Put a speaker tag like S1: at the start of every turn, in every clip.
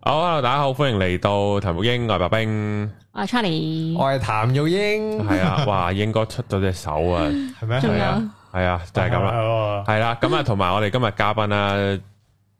S1: 好，hello，大家好，歡迎嚟到談育鷹，我係白冰，
S2: 我係啊 Charlie，
S3: 我係譚玉英，
S1: 係啊，哇，鷹哥出咗隻手啊，
S3: 係咩？
S2: 仲有
S1: 係啊，係啊，就係咁啦，
S3: 啦。
S1: 係啦，咁啊，同埋我哋今日嘉賓啊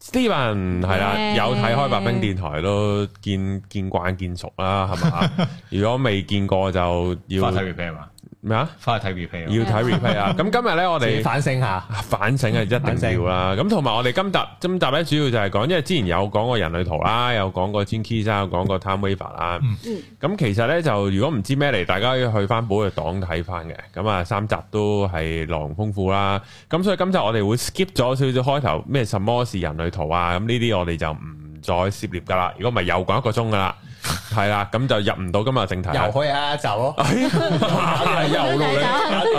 S1: ，Steven 係啦，
S2: Yeah
S1: 有睇開白冰電台都見見慣見熟啦，係 嘛？如果未見過就要
S4: 翻去睇 replay 嘛，
S1: 咩啊？
S4: 翻去睇 replay
S1: 要
S4: 啊。
S1: 睇 replay 啊！咁今日咧，我
S3: 自己
S1: 哋
S3: 反省下，
S1: 反省係一定要啦。咁同埋我哋今集今集咧，主要就係講，因為之前有講過人類圖啦，有講過 Gene Keys 啦，有講過 Time Waver 啦。
S2: 嗯
S1: 咁其實咧就如果唔知咩嚟，大家要去翻寶藥黨睇翻嘅。咁啊，三集都係內容豐富啦。咁所以今集我哋會 skip 咗少少開頭咩什麼是人類圖啊。咁呢啲我哋就唔再涉獵噶啦。如果唔係又講一個鐘 噶啦，係啦，咁就入唔到今日嘅正題啦。
S3: 又可以啊，走咯，
S1: 又
S2: 又
S1: 錄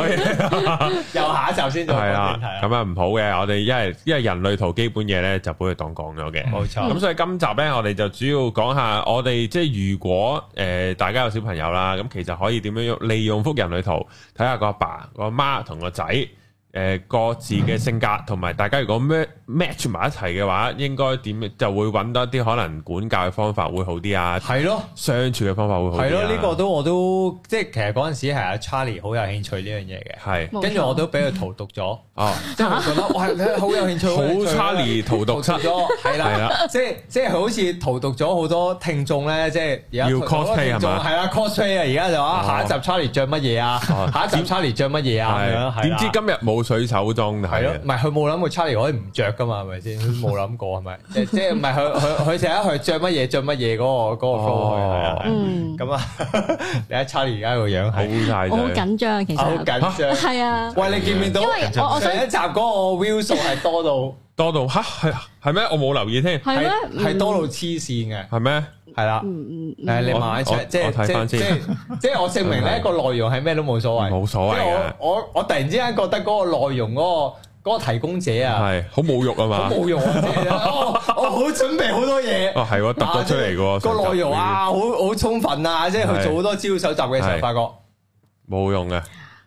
S1: 你。
S3: 又下一集先做
S1: 係啦
S3: 正題，啊。
S1: 咁啊唔好嘅，我哋因為因為人類圖基本嘢咧就俾佢當講咗嘅。
S3: 冇錯
S2: 嗯
S1: 咁，所以今集咧，我哋就主要講下我哋即係如果誒、呃大家有小朋友啦，咁其實可以點樣用利用幅人類圖睇下個阿爸、個阿媽同個仔誒各自嘅性格，同埋大家如果 ma- match 埋一齊嘅話，應該點就會揾到一啲可能管教嘅方法會好啲啊，
S3: 係咯。
S1: 相處嘅方法會好啲、啊。
S3: 係咯，呢個都我都即係其實嗰陣時係阿 Charlie 好有興趣呢樣嘢嘅，
S1: 係
S2: 冇錯
S3: 跟住我都俾佢荼毒 咗，
S1: 哦，
S3: 即係我覺得哇，你好有興趣，
S1: 好
S3: 有興趣啊
S1: Charlie 荼毒室
S3: 咗， 係
S1: 係啦
S3: 啦，即係即係好似荼毒咗好多聽眾咧，即係而家
S1: 要 cosplay 係嘛
S3: 係啦 cosplay 啊，而家就
S1: 哦
S3: 話下一集 Charlie 着乜嘢啊
S1: 哦，
S3: 下一集 Charlie 着乜嘢啊咁樣，
S1: 係
S3: 係
S1: 點
S3: 啦
S1: 知今日冇水手裝
S3: 係
S1: 睇
S3: 咯
S1: 啊，
S3: 唔？係佢冇諗過 Charlie 可以唔着噶嘛，係 咪先？佢冇諗過係咪？即即係唔係佢佢佢成日去着乜嘢着乜嘢嗰個嗰個 flow 去係啊 係啊
S2: 嗯，
S3: 咁啊，你睇 Charlie 而家個樣
S1: 好
S3: 係
S1: 晒
S2: 我好
S1: 嘴。
S2: 緊張啊其
S3: 啊好
S2: 實
S3: 緊張。
S2: 係啊，
S3: 喂，你見唔見到？
S2: 因為我我想
S3: 上一集嗰個 view 數係多到
S1: 多到吓係係咩？我冇留意添，
S2: 係咩？
S3: 係多到黐線嘅，
S1: 係咩？
S3: 係啦。
S2: 嗯，嗯嗯
S3: 誒，你慢慢 check，
S1: 我
S3: 即
S1: 我睇
S3: 係
S1: 返
S3: 即
S1: 先
S3: 係即係即係我證明呢
S1: Okay
S3: 個內容係咩都冇所謂，
S1: 冇所謂啊
S3: 即係
S1: 嘅
S3: 我我我突然之間覺得嗰個內容嗰個嗰個提供者啊，
S1: 係好侮辱啊
S3: 好
S1: 嘛！
S3: 冇用啊！即 係我我好準備好多嘢。
S1: 哦，係喎，揼咗出嚟嘅喎，
S3: 個內容啊，好好充分啊，即係
S1: 係
S3: 佢做好多資料搜集嘅時
S1: 係
S3: 候，發覺
S1: 冇用嘅。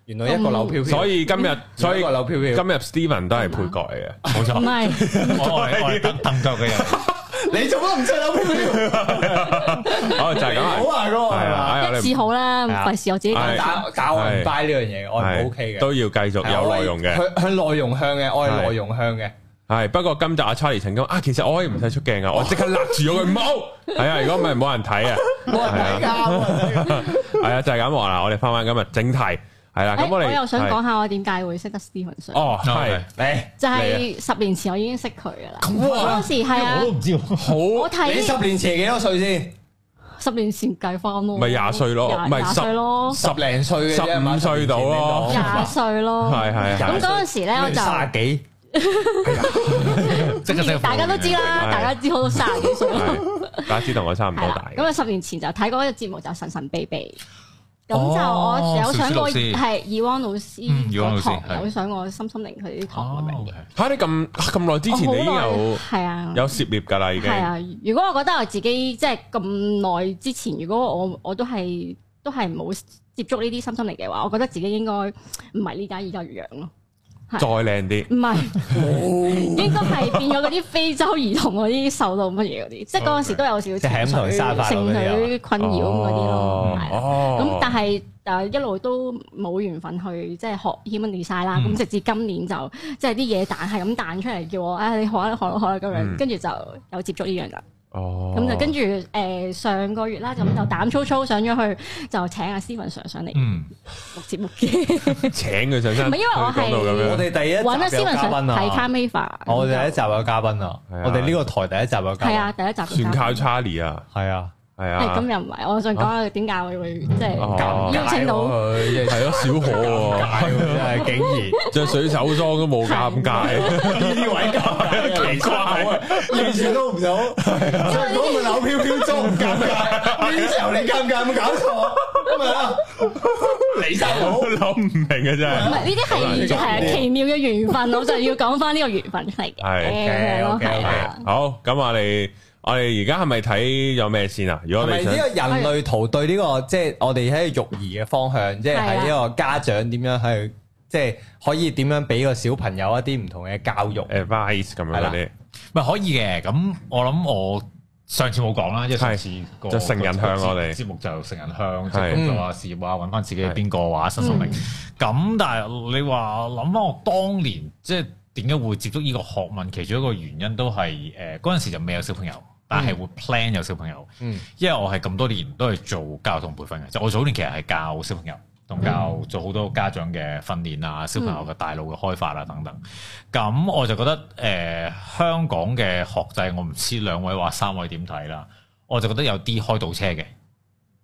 S3: 原來一個柳飄飄，
S1: 所以今日，所以
S3: 一個柳飄
S1: 今
S3: 飄。
S1: 日 Steven 都係配角嚟嘅，冇
S2: 唔
S1: 錯。
S2: 係，
S4: 我我我等等腳嘅人，
S3: 你做乜唔出柳飄 飄？
S1: 哦，就係咁
S3: 好
S1: 係。
S3: 啊，嗰個
S1: 係
S3: 係
S1: 啊
S3: 嘛？
S1: 哎呀
S2: 一致好啦，唔
S3: 係啊
S2: 費事我自己
S1: 係
S2: 講。
S3: 但但我係
S1: 係
S3: 唔 buy 呢樣嘢，我係唔 OK 嘅。
S1: 都要繼續有內容嘅，
S3: 向向內容向嘅，我係
S1: 係
S3: 內容向嘅。
S1: 係不過今集阿 Charlie 成功啊，其實我可以唔使出鏡啊，我即刻勒住咗佢，冇係啊，如果唔係冇人 睇啊，
S3: 冇人睇㗎，
S1: 係啊，就係咁話啦，我哋翻翻今日整題係啦，咁
S2: 誒
S1: 我
S2: 我
S1: 哋
S2: 又想講下我點解會識得 Steven Sir，
S1: 哦係
S3: 嚟啊
S2: 就係十年前我已經識佢噶啦。
S3: 哇
S2: 嗰時係啊
S4: 我，都唔知喎。
S1: 好
S2: 我
S3: 你十
S2: 睇
S3: 年前幾多歲先？
S2: 十年前計翻咯，
S1: 咪廿歲咯
S2: 廿
S1: 唔係
S2: 廿
S1: 十
S2: 歲咯，
S3: 十哦零歲嘅啫
S1: 15
S3: 嘛
S1: 歲到咯
S2: 廿歲咯，
S1: 係係係
S2: 咁嗰陣時咧我就。嗯
S3: 卅幾，
S4: 即刻即刻
S2: 大家都知啦，
S1: 係
S2: 大家知我都卅幾歲啦，
S1: 係大家知同我差唔
S2: 係
S1: 多
S2: 啦
S1: 大。
S2: 咁啊，十年前就睇過一個節目，就神神秘秘。咁就
S4: 哦
S2: 我有上過
S4: 邵氏老師
S2: 係以汪老師
S4: 嗯以往老
S2: 嗰
S4: 師
S2: 堂，
S4: 係
S2: 有上過心心靈佢啲
S3: 哦
S2: 堂咁樣嘅。
S1: 吓你咁啊咁耐之前你已經
S2: 我好耐
S1: 有
S2: 係啊，
S1: 有涉獵㗎啦，已經
S2: 係啊。如果我覺得我自己即係咁耐之前，如果我我都係都係冇接觸呢啲心心靈嘅話，我覺得自己應該唔係呢家而家嘅樣咯。係
S1: 再靚啲。
S2: 唔係，應該係變咗嗰啲非洲兒童嗰啲受到乜嘢嗰啲，即係嗰陣時都有少少
S3: 即
S2: 情
S3: 係喺台沙
S2: 緒
S3: 發嗰
S2: 性
S3: 啲啊
S2: 取困擾嗰啲咯，係啊啦。
S1: 哦，
S2: 咁但係誒一路都冇緣分去即係學 human design
S1: 嗯
S2: 啦，咁直至今年就即係啲嘢彈係咁彈出嚟叫我，啊你學啦學啦學啦咁
S1: 嗯
S2: 樣，跟住就有接觸呢樣啦。
S1: 哦，嗯
S2: 咁就跟住誒上個月啦，咁就膽粗粗上咗去，就請阿思文上上嚟
S4: 嗯，
S2: 錄節目嘅。
S1: 請佢上身，
S2: 唔係因為我係
S1: 佢講到咁樣
S3: 我哋第一
S2: 揾阿思
S3: 集有
S2: 文
S3: 嘉
S2: 上
S3: 賓
S2: 睇 Time
S3: 啊！
S2: Waiver，
S1: 哦
S3: 我哋第
S2: 咁
S3: 一
S2: 就
S3: 集有嘉賓啊！
S1: 係啊
S3: 我哋呢個台第一集有嘉
S2: 係啊，
S3: 賓，
S2: 第一集嘅
S1: 全
S2: 嘉
S1: 靠
S2: 賓
S1: Charlie 啊，
S3: 係啊，
S1: 係
S2: 係
S1: 啊
S2: 咁，又唔係，我想講下點解我會即係
S1: 哦
S2: 邀請到
S3: 佢，真係
S1: 係咯，小可喎，
S3: 尷尬喎真係竟然
S1: 着水手裝都冇尷尬，
S3: 呢啲位尷尬，奇怪啊，完全都唔到。再講個柳飄飄裝唔尷尬，呢時候你尷尬有冇搞錯？咁咪啊，
S1: 你真好諗唔明嘅真
S2: 唔
S1: 係，
S2: 係呢啲係係啊奇妙嘅緣分，我就要講翻呢個緣分出嚟嘅，
S1: 係
S2: 咁樣咯
S3: OK，OK，
S2: 係啊
S3: 係，
S1: 好，咁我哋我哋而家係咪睇有咩先啊？如
S3: 係
S1: 果
S3: 咪
S1: 你
S3: 呢
S1: 想。
S3: 個人類圖對呢個即係我哋喺育兒嘅方向，即係啊喺呢個家長點樣去，即係可以點樣俾個小朋友一啲唔同嘅教育？
S1: advice 咁樣嗰啲，
S4: 咪可以嘅。咁我諗我上次冇講啦，因為上次個
S1: 就成人向我哋
S4: 節目就成人向，即
S1: 係
S4: 係講到話事業啊，揾翻自己係邊個啊，新生命。咁但係你話諗翻我當年，即係點解會接觸呢個學問？其中一個原因都係誒嗰陣時就未有小朋友，但係會 plan 有小朋友。
S3: 嗯
S4: 因為我係咁多年都係做教育同培訓嘅，就我早年其實係教小朋友。同教做好多家長嘅訓練啊，小朋友嘅大腦嘅開發啊等等，咁我就覺得誒、呃香港嘅學制，我唔知兩位或三位點睇啦。我就覺得有啲開倒車嘅，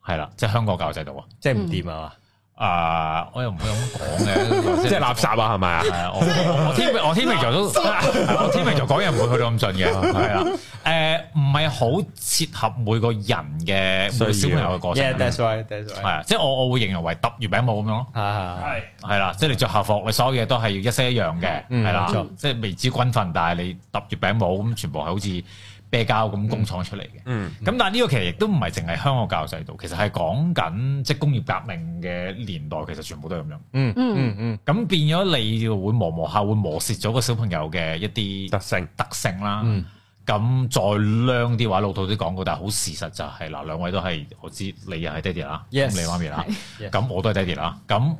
S4: 係啦，即係香港教育制度啊。
S3: 即係唔掂啊！
S4: 啊，我又唔會咁講 嘅，
S1: 即係垃圾啊，係咪啊？
S4: 係啊，我我天秤我天秤座都，啊我天秤座講嘢唔會去到咁盡嘅，係啊，誒唔係好切合每個人嘅每個小朋友嘅過程，
S3: Yeah,
S4: 係
S3: that's right, that's right。
S4: 啊，即係我我會形容為揼月餅帽咁樣咯。
S3: 啊，
S1: 係
S4: 係啦，即係你着校服，你所有嘢都係要一式一樣嘅，
S3: 嗯
S4: 係啦
S3: 冇錯，
S4: 即係未知軍訓，但係你揼月餅帽咁，全部係好似啤膠咁工廠出嚟嘅。
S1: 嗯，
S4: 咁但係呢個其實亦都唔係淨係香港教育制度，其實係講緊即係工業革命嘅年代，其實全部都係咁樣。
S3: 嗯嗯
S2: 嗯
S3: 嗯
S4: 咁變咗你就會磨磨下，會磨蝕咗個小朋友嘅一啲
S1: 特性
S4: 特性啦。
S3: 嗯
S4: 咁再靚啲話，老土啲講過，但係好事實就係、嗱，兩位都係我知你又係爹哋啦，
S3: Yes
S4: 咁你媽咪啦，
S3: Yes
S4: 咁我都係爹哋啦。咁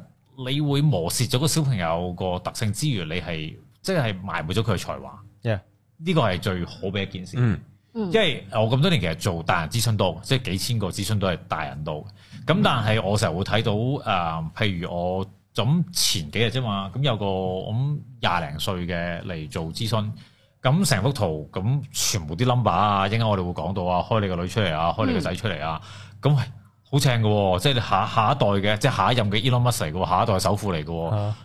S4: 你會磨蝕咗個小朋友個特性之餘，你係即係埋沒咗佢嘅才華，
S3: ，yeah，
S4: 呢個係最好嘅一件事。
S1: 嗯
S2: 嗯
S4: 因為我咁多年其實做大人諮詢多，即係幾千個諮詢都係大人多嘅。咁但係我成日會睇到誒、呃譬如我咁前幾日啫嘛，咁有個咁廿零歲嘅嚟做諮詢，咁成幅圖咁全部啲 number 啊，應該我哋會講到啊，開你個女出嚟啊，開你個仔出嚟啊，咁喂好正嘅喎，即係你下下一代嘅，即係下一任嘅 Elon Musk 嚟嘅喎，下一代首富嚟嘅喎。
S3: 啊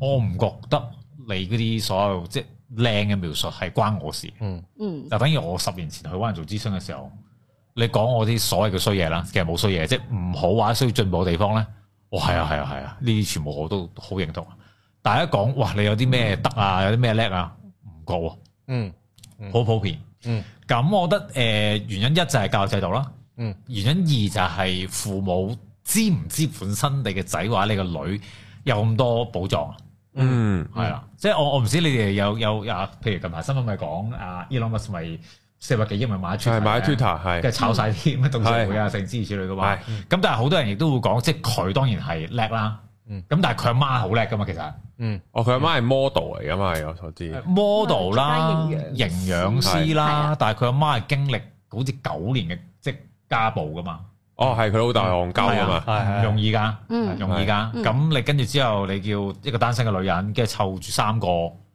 S4: 我唔覺得你嗰啲所有即係靚嘅描述係關我事，
S3: 嗯
S2: 嗯
S4: 就等於我十年前去灣人做諮詢嘅時候，你講我啲所謂嘅衰嘢啦，其實冇衰嘢，即係唔好話需要進步嘅地方咧，哇係啊係啊係啊，呢啲全部我都好認同。啊但係一講哇，你有啲咩得啊，有啲咩叻啊，唔覺喎，
S3: 嗯
S4: 好普遍。
S3: 嗯
S4: 咁我覺得誒、呃原因一就係教育制度啦，
S3: 嗯，
S4: 原因二就係父母知唔知本身你嘅仔或者你嘅女有咁多寶藏啊？
S1: 嗯
S4: 係啦，即係我我唔知你哋有有啊，譬如近排新聞咪講啊，Elon Musk 咪四百幾億咪買咗
S1: 係
S4: Twitter，
S1: 買
S4: 嘅
S1: Twitter 係
S4: 跟住炒晒啲咩董事會啊、成之如此類嘅話
S1: 係，
S4: 咁但係好多人亦都會講，即係佢當然係叻啦，
S3: 嗯
S4: 咁但係佢阿媽好叻噶嘛，其實
S3: 嗯
S1: 哦，佢阿媽係 model 嚟噶嘛？係我所知，
S4: model 啦、
S2: 嗯
S4: 營養師
S2: 啊
S4: 啦，但係佢阿媽係經歷好似九年嘅即係家暴噶嘛，
S1: 哦，係佢老豆係戇鳩啊嘛，
S3: 係
S4: 唔容易㗎，
S2: 嗯
S4: 唔容易㗎。
S2: 嗯
S4: 咁你跟住之後，你叫一個單身嘅女人，跟住湊住三個。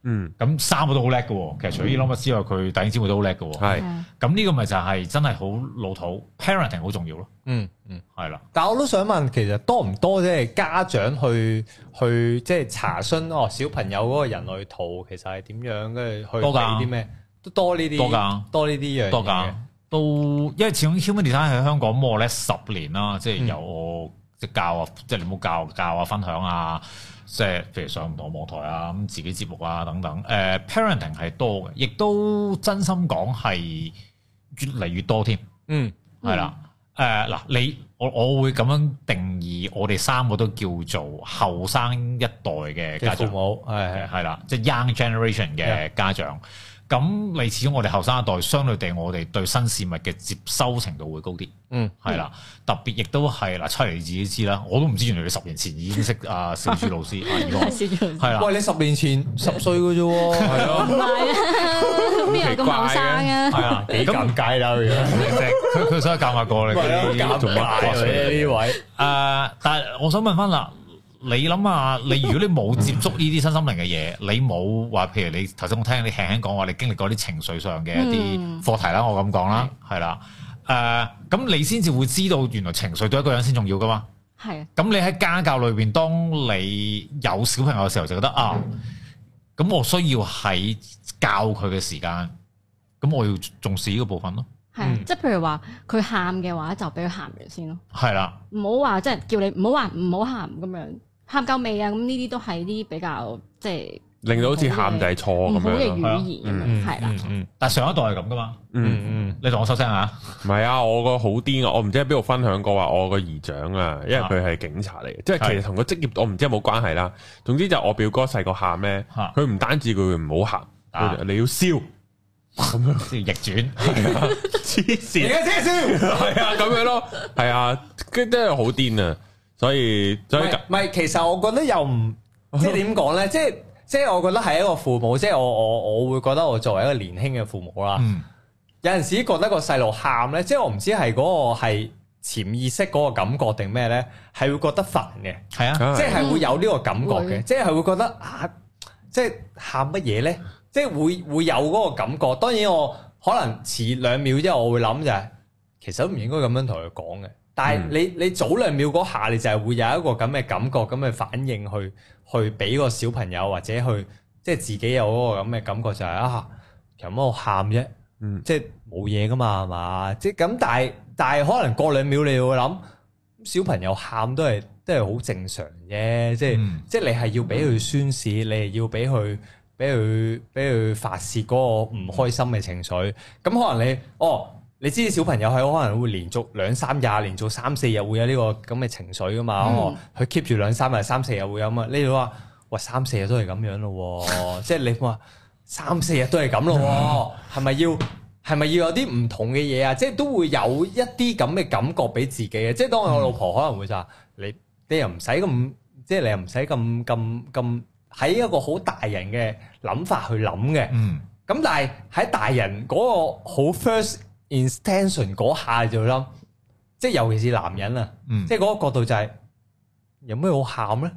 S1: 嗯，
S4: 咁三個都好叻嘅喎，其實除咗 Elon Musk 之外，佢弟兄姊妹都好叻嘅
S1: 係，
S4: 喎。
S2: 係
S4: 咁呢個咪就係真係好老土，parenting 好重要咯，
S3: 嗯嗯。
S4: 係啦，
S3: 但我都想問，其實多唔多即係家長去去即係查詢哦小朋友嗰個人類圖其實係點樣，跟住去
S4: 多㗎
S3: 俾啲咩都多呢啲
S4: 多㗎
S3: 多呢啲樣嘢
S4: 多㗎。都因為始終 human design 喺香港磨咧十年啦，即係
S3: 嗯
S4: 由我即係教啊，即係你冇教教啊，分享啊，即係譬如上唔同嘅網台啊，咁自己節目啊等等。誒、parenting 係多嘅，亦都真心講係越嚟越多添。
S3: 嗯
S4: 係啦，誒嗱、你我我會咁樣定義，我哋三個都叫做後生一代
S3: 嘅
S4: 嘅家
S3: 父
S4: 長，
S3: 母係
S4: 誒
S3: 係
S4: 係啦，即係 young generation 嘅家長。咁你始終我哋後生一代，相對地，我哋對新事物嘅接收程度會高啲，
S3: 嗯
S4: 係啦。特別亦都係嗱，出嚟你自己知啦，我都唔知原來你十年前已經識 啊小柱老師，啊如 果
S2: 小組
S4: 係啦。
S3: 喂你十年前十歲嘅啫喎，
S1: 係
S2: 唔
S1: 咯，
S2: 係啊，邊有咁後生啊？
S4: 係啊，
S3: 幾尷尬啦佢樣，
S4: 佢佢想教下過你嗰啲
S3: 尷尬
S4: 啊
S3: 嘅呢位。
S4: 誒、呃但係我想問翻啦，你諗下，你如果你冇接觸呢啲身心靈嘅嘢，你冇話，譬如你頭先我聽你輕輕講話，你經歷過啲情緒上嘅一啲
S2: 嗯
S4: 課題啦，我咁講啦，係啦，誒、咁你先至會知道原來情緒對一個人先重要噶嘛。
S2: 係啊，
S4: 咁你喺家教裏邊，當你有小朋友嘅時候，就覺得啊，咁我需要喺教佢嘅時間，咁我要重視呢個部分咯，
S2: 係啊
S3: 嗯，
S2: 即係譬如話佢喊嘅話，就俾佢喊完先咯。
S4: 係啦。
S2: 唔好話即係叫你唔好話唔好喊咁樣，喊夠未啊？咁呢啲都係啲比較即係
S1: 令到好似喊就係錯
S2: 唔
S1: 咁
S2: 好嘅
S1: 樣嗯咯，
S2: 語言咁樣，係啦，
S3: 嗯
S4: 但上一代係咁噶嘛，
S1: 嗯。
S3: 嗯
S4: 你同我收聲啊！
S1: 唔係啊，我個好癲啊！我唔知喺邊度分享過話我個姨丈啊，因為佢係警察嚟嘅，即係其實同個職業我唔知有冇關係啦。總之就我表哥細個喊咧
S4: 嚇，
S1: 佢唔單止佢唔好喊，
S4: 啊
S1: 佢就你要笑，
S4: 即係逆轉。
S1: 黐線
S3: 而。家聽先。
S1: 系啊，咁样咯，系啊，跟真系好癫啊！所以所以啊
S3: 唔係唔係，其實我覺得又唔即係點講咧，即係即係我覺得係一個父母，即係我我我會覺得我作為一個年輕嘅父母啦，
S4: 嗯，
S3: 有陣時覺得個細路喊咧，即係我唔知係嗰個係潛意識嗰個感覺定咩咧，係會覺得煩嘅，
S4: 係啊，
S1: 唉
S3: 即係會有呢個感覺嘅，
S2: 嗯
S3: 即係會覺得啊，即係喊乜嘢咧？即係會會有嗰個感覺。當然我可能遲兩秒之後，我會諗就係、其實都唔應該咁樣同佢講嘅。但係
S1: 嗯
S3: 你你早兩秒嗰下，你就係會有一個咁嘅感覺、咁嘅反應去去俾個小朋友或者去即係自己有嗰個咁嘅感覺，就係、啊，有乜我喊啫？
S1: 嗯
S3: 即係冇嘢噶嘛，係嘛？即係咁，但係但係可能過兩秒你會諗，小朋友喊都係都係好正常啫，即係、
S4: 嗯
S3: 即係你係要俾佢宣泄，你係要俾佢俾佢俾佢發泄嗰個唔開心嘅情緒。咁可能你哦，你知小朋友係可能會連續兩三日、連續三四日會有呢個咁嘅情緒噶嘛？
S2: 嗯
S3: 哦，佢 keep 住兩三日、三四日會有嘛？呢度話喂三四日都係咁樣咯喎，即係你話三四日都係咁咯喎，係咪要？係咪要有啲唔同嘅嘢啊？即係都會有一啲咁嘅感覺俾自己嘅。即係當我老婆可能會就話你你又唔使咁，即係你又唔使咁咁咁喺一個好大人嘅諗法去諗嘅。
S4: 嗯，
S3: 咁但係喺大人嗰個好 first intention 嗰下就諗，即係尤其是男人啊，
S4: 嗯
S3: 即係嗰個角度就係、有咩好喊咧？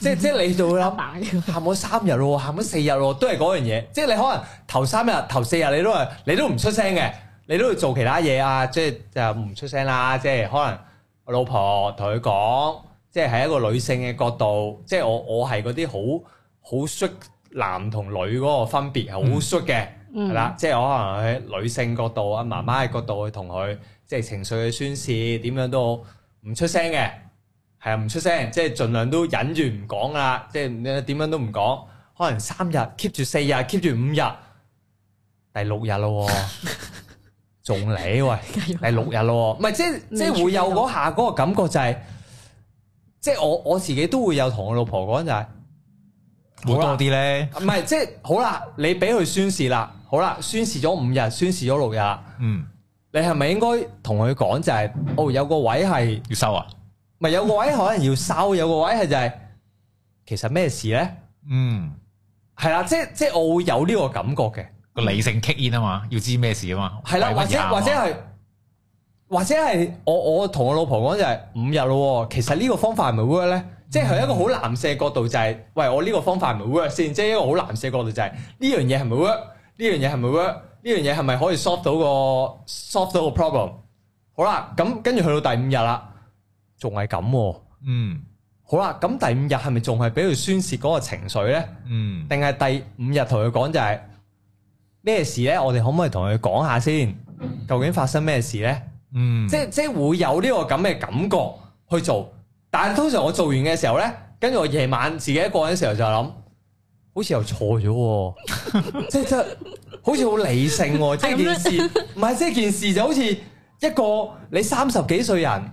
S3: 即係即係你就會
S2: 阿
S3: 諗。
S2: 爸 呢個
S3: 喊咗三日咯，喊咗四日咯，都係嗰樣嘢。即係你可能頭三日、頭四日你都係你都唔出聲嘅，你都會做其他嘢啊，即係就唔出聲啦。即係可能我老婆同佢講，即係喺一個女性嘅角度，即係我我係嗰啲好好 s 男同女嗰個分別係好 s 嘅，
S2: 嗯
S3: 係啦、即係我可能喺女性角度啊、媽媽嘅角度去同佢即係情緒嘅宣泄，點樣都好唔出聲嘅。係啊，唔出聲，即係盡量都忍住唔講啦，即係點樣都唔講。可能三日 keep 住四日，keep 住五日，第六日咯喎，仲嚟喂，
S2: 繼續
S3: 第六日咯喎，唔係即係即係會有嗰下嗰個感覺就係、即係我我自己都會有同我老婆講就係、啊
S4: 會多啲咧。
S3: 唔係即係好啦，你俾佢宣示啦，好啦，宣示咗五日，宣示咗六日啦，
S4: 嗯，
S3: 你係咪應該同佢講就係、哦有個位係。
S4: 要收啊。
S3: 咪有個位可能要收，有個位係就係、其實咩事咧？
S4: 嗯，
S3: 係啦，即即我會有呢個感覺嘅，
S4: 個理性 kick in 啊嘛，要知咩事啊嘛。
S3: 係啦，
S4: 為
S3: 或
S4: 乜嘢
S3: 者
S4: 啊
S3: 或者係或者係我我同我老婆講就係五日咯喎，其實呢個方法係咪 work 咧？即係一個好男性嘅角度就係、喂我呢個方法係咪 work 先？即係一個好男性嘅角度就係、呢樣嘢係咪 work？呢樣嘢係咪 work？呢樣嘢係咪可以 solve 到個 solve 到個 problem？好啦，咁跟住去到第五日啦，仲係咁喎。
S4: 嗯
S3: 好啦，咁第五日係咪仲係俾佢宣泄嗰個情緒咧？
S4: 嗯
S3: 定係第五日同佢講就係、咩事咧？我哋可唔可以同佢講下先？究竟發生咩事咧？
S4: 嗯，
S3: 即即會有呢個咁嘅感覺去做，但係通常我做完嘅時候咧，跟住我夜晚自己一個人嘅時候就諗，好似又錯咗喎，即即好似好理性喎，即係件事唔係即係件事就好似一個你三十幾歲人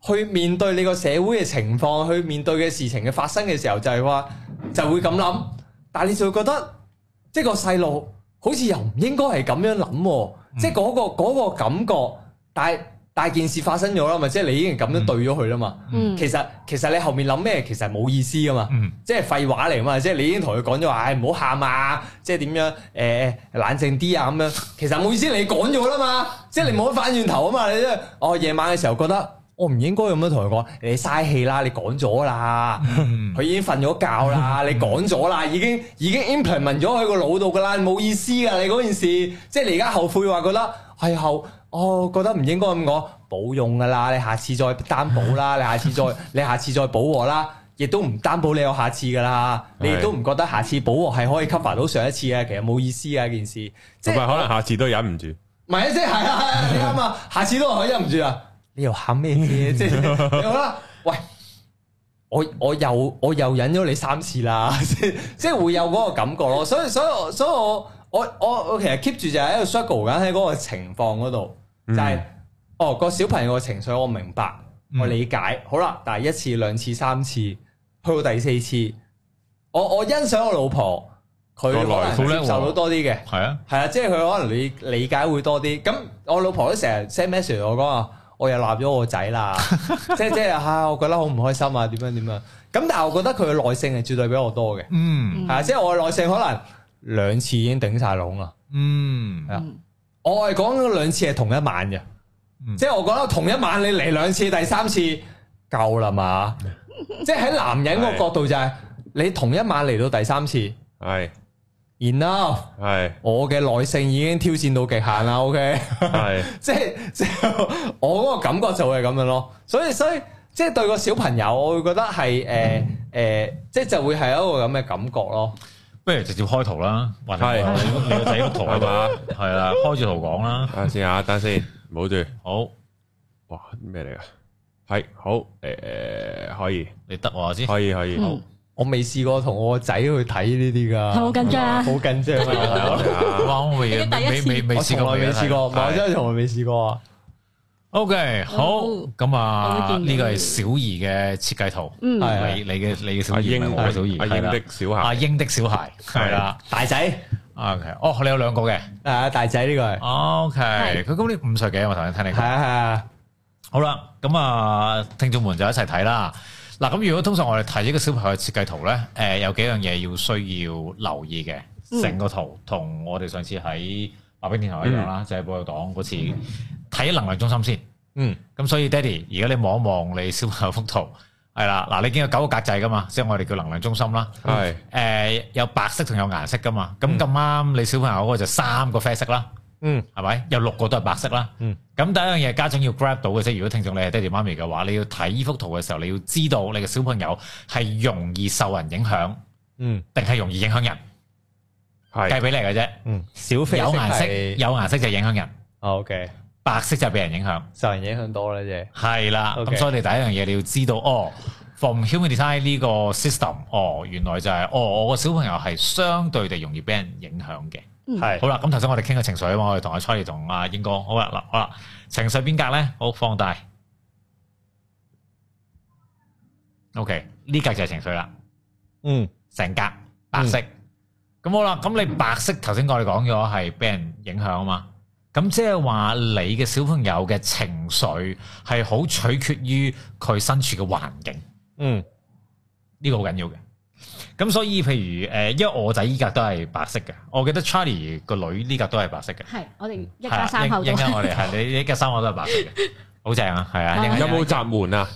S3: 去面對你個社會嘅情況，去面對嘅事情嘅發生嘅時候，就係話就會咁諗，但係你就會覺得即係個細路好似又唔應該係咁樣諗喎，即係嗰個嗰個感覺，但係但係件事發生咗啦嘛，即係你已經咁樣對咗佢啦嘛。
S2: 嗯
S3: 其實其實你後面諗咩其實冇意思噶嘛，
S4: 嗯
S3: 即係廢話嚟嘛，即係你已經同佢講咗話，唉唔好喊啊，即係點樣誒、冷靜啲啊咁樣，其實冇意思，你講咗啦嘛，即係你冇得翻轉頭啊嘛，你即係哦夜晚嘅時候覺得我唔應該咁樣同佢講，你嘥氣啦，你講咗啦。
S4: 嗯
S3: 佢已經瞓咗覺啦，你講咗啦，已經已經 implement 咗喺個腦度噶啦，冇意思噶你嗰件事，即係你而家後悔話覺得係後，哦覺得唔應該咁講，冇用噶啦，你下次再擔保啦，你下次再你下次再補和啦，亦都唔擔保你有下次噶啦，你亦都唔覺得下次補和係可以 cover 到上一次啊嘅，其實冇意思噶件事，即
S1: 同埋
S3: 係
S1: 可能下次都忍唔住，
S3: 唔係啊，即係係啊係啊，你啱啊，下次都可以忍唔住啊！你又喊咩啫？即係你好啦，喂，我我又我又忍咗你三次啦， 即係即係會有嗰個感覺咯。所以所以我所以我我我我其實 keep 住就係喺度 struggle 緊喺嗰個情況嗰度，就係、
S1: 嗯
S3: 哦個小朋友嘅情緒我明白，
S4: 嗯
S3: 我理解，好啦，但係一次兩次三次去到第四次，我我欣賞我老婆。佢可能接受到多啲嘅。
S4: 係啊，
S3: 係啊，即係佢可能理理解會多啲。咁我老婆都成日 send message 我講啊，我又鬧咗我仔啦，即係即係啊，我覺得好唔開心啊，點樣點樣。咁但係我覺得佢嘅耐性係絕對比我多嘅，
S4: 嗯
S3: 係啊，即係我嘅耐性可能兩次已經頂晒籠啦。
S4: 嗯
S3: 係啊我係講嗰兩次係同一晚嘅，
S4: 嗯
S3: 即係我覺得同一晚你嚟兩次，第三次夠啦嘛。即係喺男人個角度就係、你同一晚嚟到第三次，
S1: 系
S3: 然後
S1: 系
S3: 我嘅耐性已經挑戰到極限啦。OK。
S1: 系
S3: 即係即係我嗰個感覺就會係咁樣咯。所以所以即係對個小朋友，我會覺得係誒誒，即係就會係一個咁嘅感覺咯。
S4: 不如直接開圖啦，或者
S1: 係
S4: 你個仔個圖喺
S1: 係
S4: 度
S1: 嘛，
S4: 係啦，開住圖講啦，
S1: 等下先啊，等下先，唔好住，
S4: 好，
S1: 哇咩嚟噶？系好诶，可以
S4: 你得我先，
S1: 可以可以，好
S2: 嗯
S3: 我未試過同我個仔去睇呢啲㗎，
S2: 好緊張啊
S3: 好緊張啊！
S1: 啊
S4: 哇，我未
S2: 你嘅第一
S4: 未
S2: 次
S4: 未未
S3: 我
S4: 試
S3: 從
S4: 過
S3: 來
S4: 俾
S3: 未
S4: 人睇
S3: 試過，唔係我真係從來未試過啊！
S4: OK，好，
S2: 哦
S4: 咁
S2: 我
S4: 啊，
S2: 都見到
S4: 呢個係小儀嘅設計圖，
S2: 嗯
S3: 係
S4: 你你嘅你嘅小
S1: 阿
S4: 儀
S1: 英
S4: 唔係我嘅小儀，
S1: 阿
S4: 係
S1: 英
S4: 啦
S1: 的小
S4: 阿
S1: 孩
S4: 英的小孩係啦
S3: 大仔
S4: ，OK，哦，你有兩個嘅
S3: 啊，大仔呢個係
S4: ，OK，
S2: 係
S4: 佢今年五歲幾，我頭先聽你
S3: 係
S4: 講，
S3: 啊係啊，
S4: 好啦，咁啊，聽眾們就一齊睇啦。嗱，咁如果通常我哋睇一個小朋友嘅設計圖咧，誒有幾樣嘢要需要留意嘅，
S2: 嗯
S4: 成個圖同我哋上次喺白冰電台一樣啦，就係報道黨嗰次睇能量中心先。
S3: 嗯
S4: 咁所以爹哋，而家你望一望你小朋友幅圖，係啦，嗱你見有九個格仔噶嘛，即係我哋叫能量中心啦。
S1: 系
S4: 誒、有白色同有顏色噶嘛，咁咁啱你小朋友嗰個就三個啡色啦，
S3: 嗯
S4: 係咪？有六個都係白色啦。
S3: 嗯
S4: 咁第一樣嘢家長要 grab 到嘅啫。如果聽眾你係爹哋媽咪嘅話，你要睇依幅圖嘅時候，你要知道你嘅小朋友係容易受人影響，
S3: 嗯
S4: 定係容易影響人，計
S1: 系
S4: 俾你嘅啫。
S3: 嗯，小飛
S4: 有顏色，
S3: 係
S4: 有顏色就影響人，
S3: 啊 OK，
S4: 白色就俾人影響。
S3: 受人影響多啦啫。
S4: 係啦，咁
S3: OK
S4: 所以你第一樣嘢你要知道，哦，from human design 呢個 system，哦，原來就係、哦，我個小朋友係相對地容易俾人影響嘅。
S3: 係
S4: 好啦，咁頭先我哋傾嘅情緒啊嘛，我哋同阿 Charlie 同阿英哥，好啦，嗱，好啦，情緒邊格咧？好放大。OK，呢格就係情緒啦，
S3: 嗯
S4: 成格白色。咁、好啦，咁你白色頭先我哋講咗係俾人影響啊嘛，咁即係話你嘅小朋友嘅情緒係好取決於佢身處嘅環境。
S3: 嗯
S4: 呢個好緊要嘅。咁所以譬如誒、呃因為我仔依格都係白色嘅，我記得 Charlie 個女呢格都係白色嘅，
S2: 係我哋一
S4: 一
S2: 家三口都
S4: 應
S2: 係
S4: 該我哋係你你一家三口都係白色嘅，好正啊，係啊，
S2: 啊
S4: 應該
S1: 有冇闸门啊？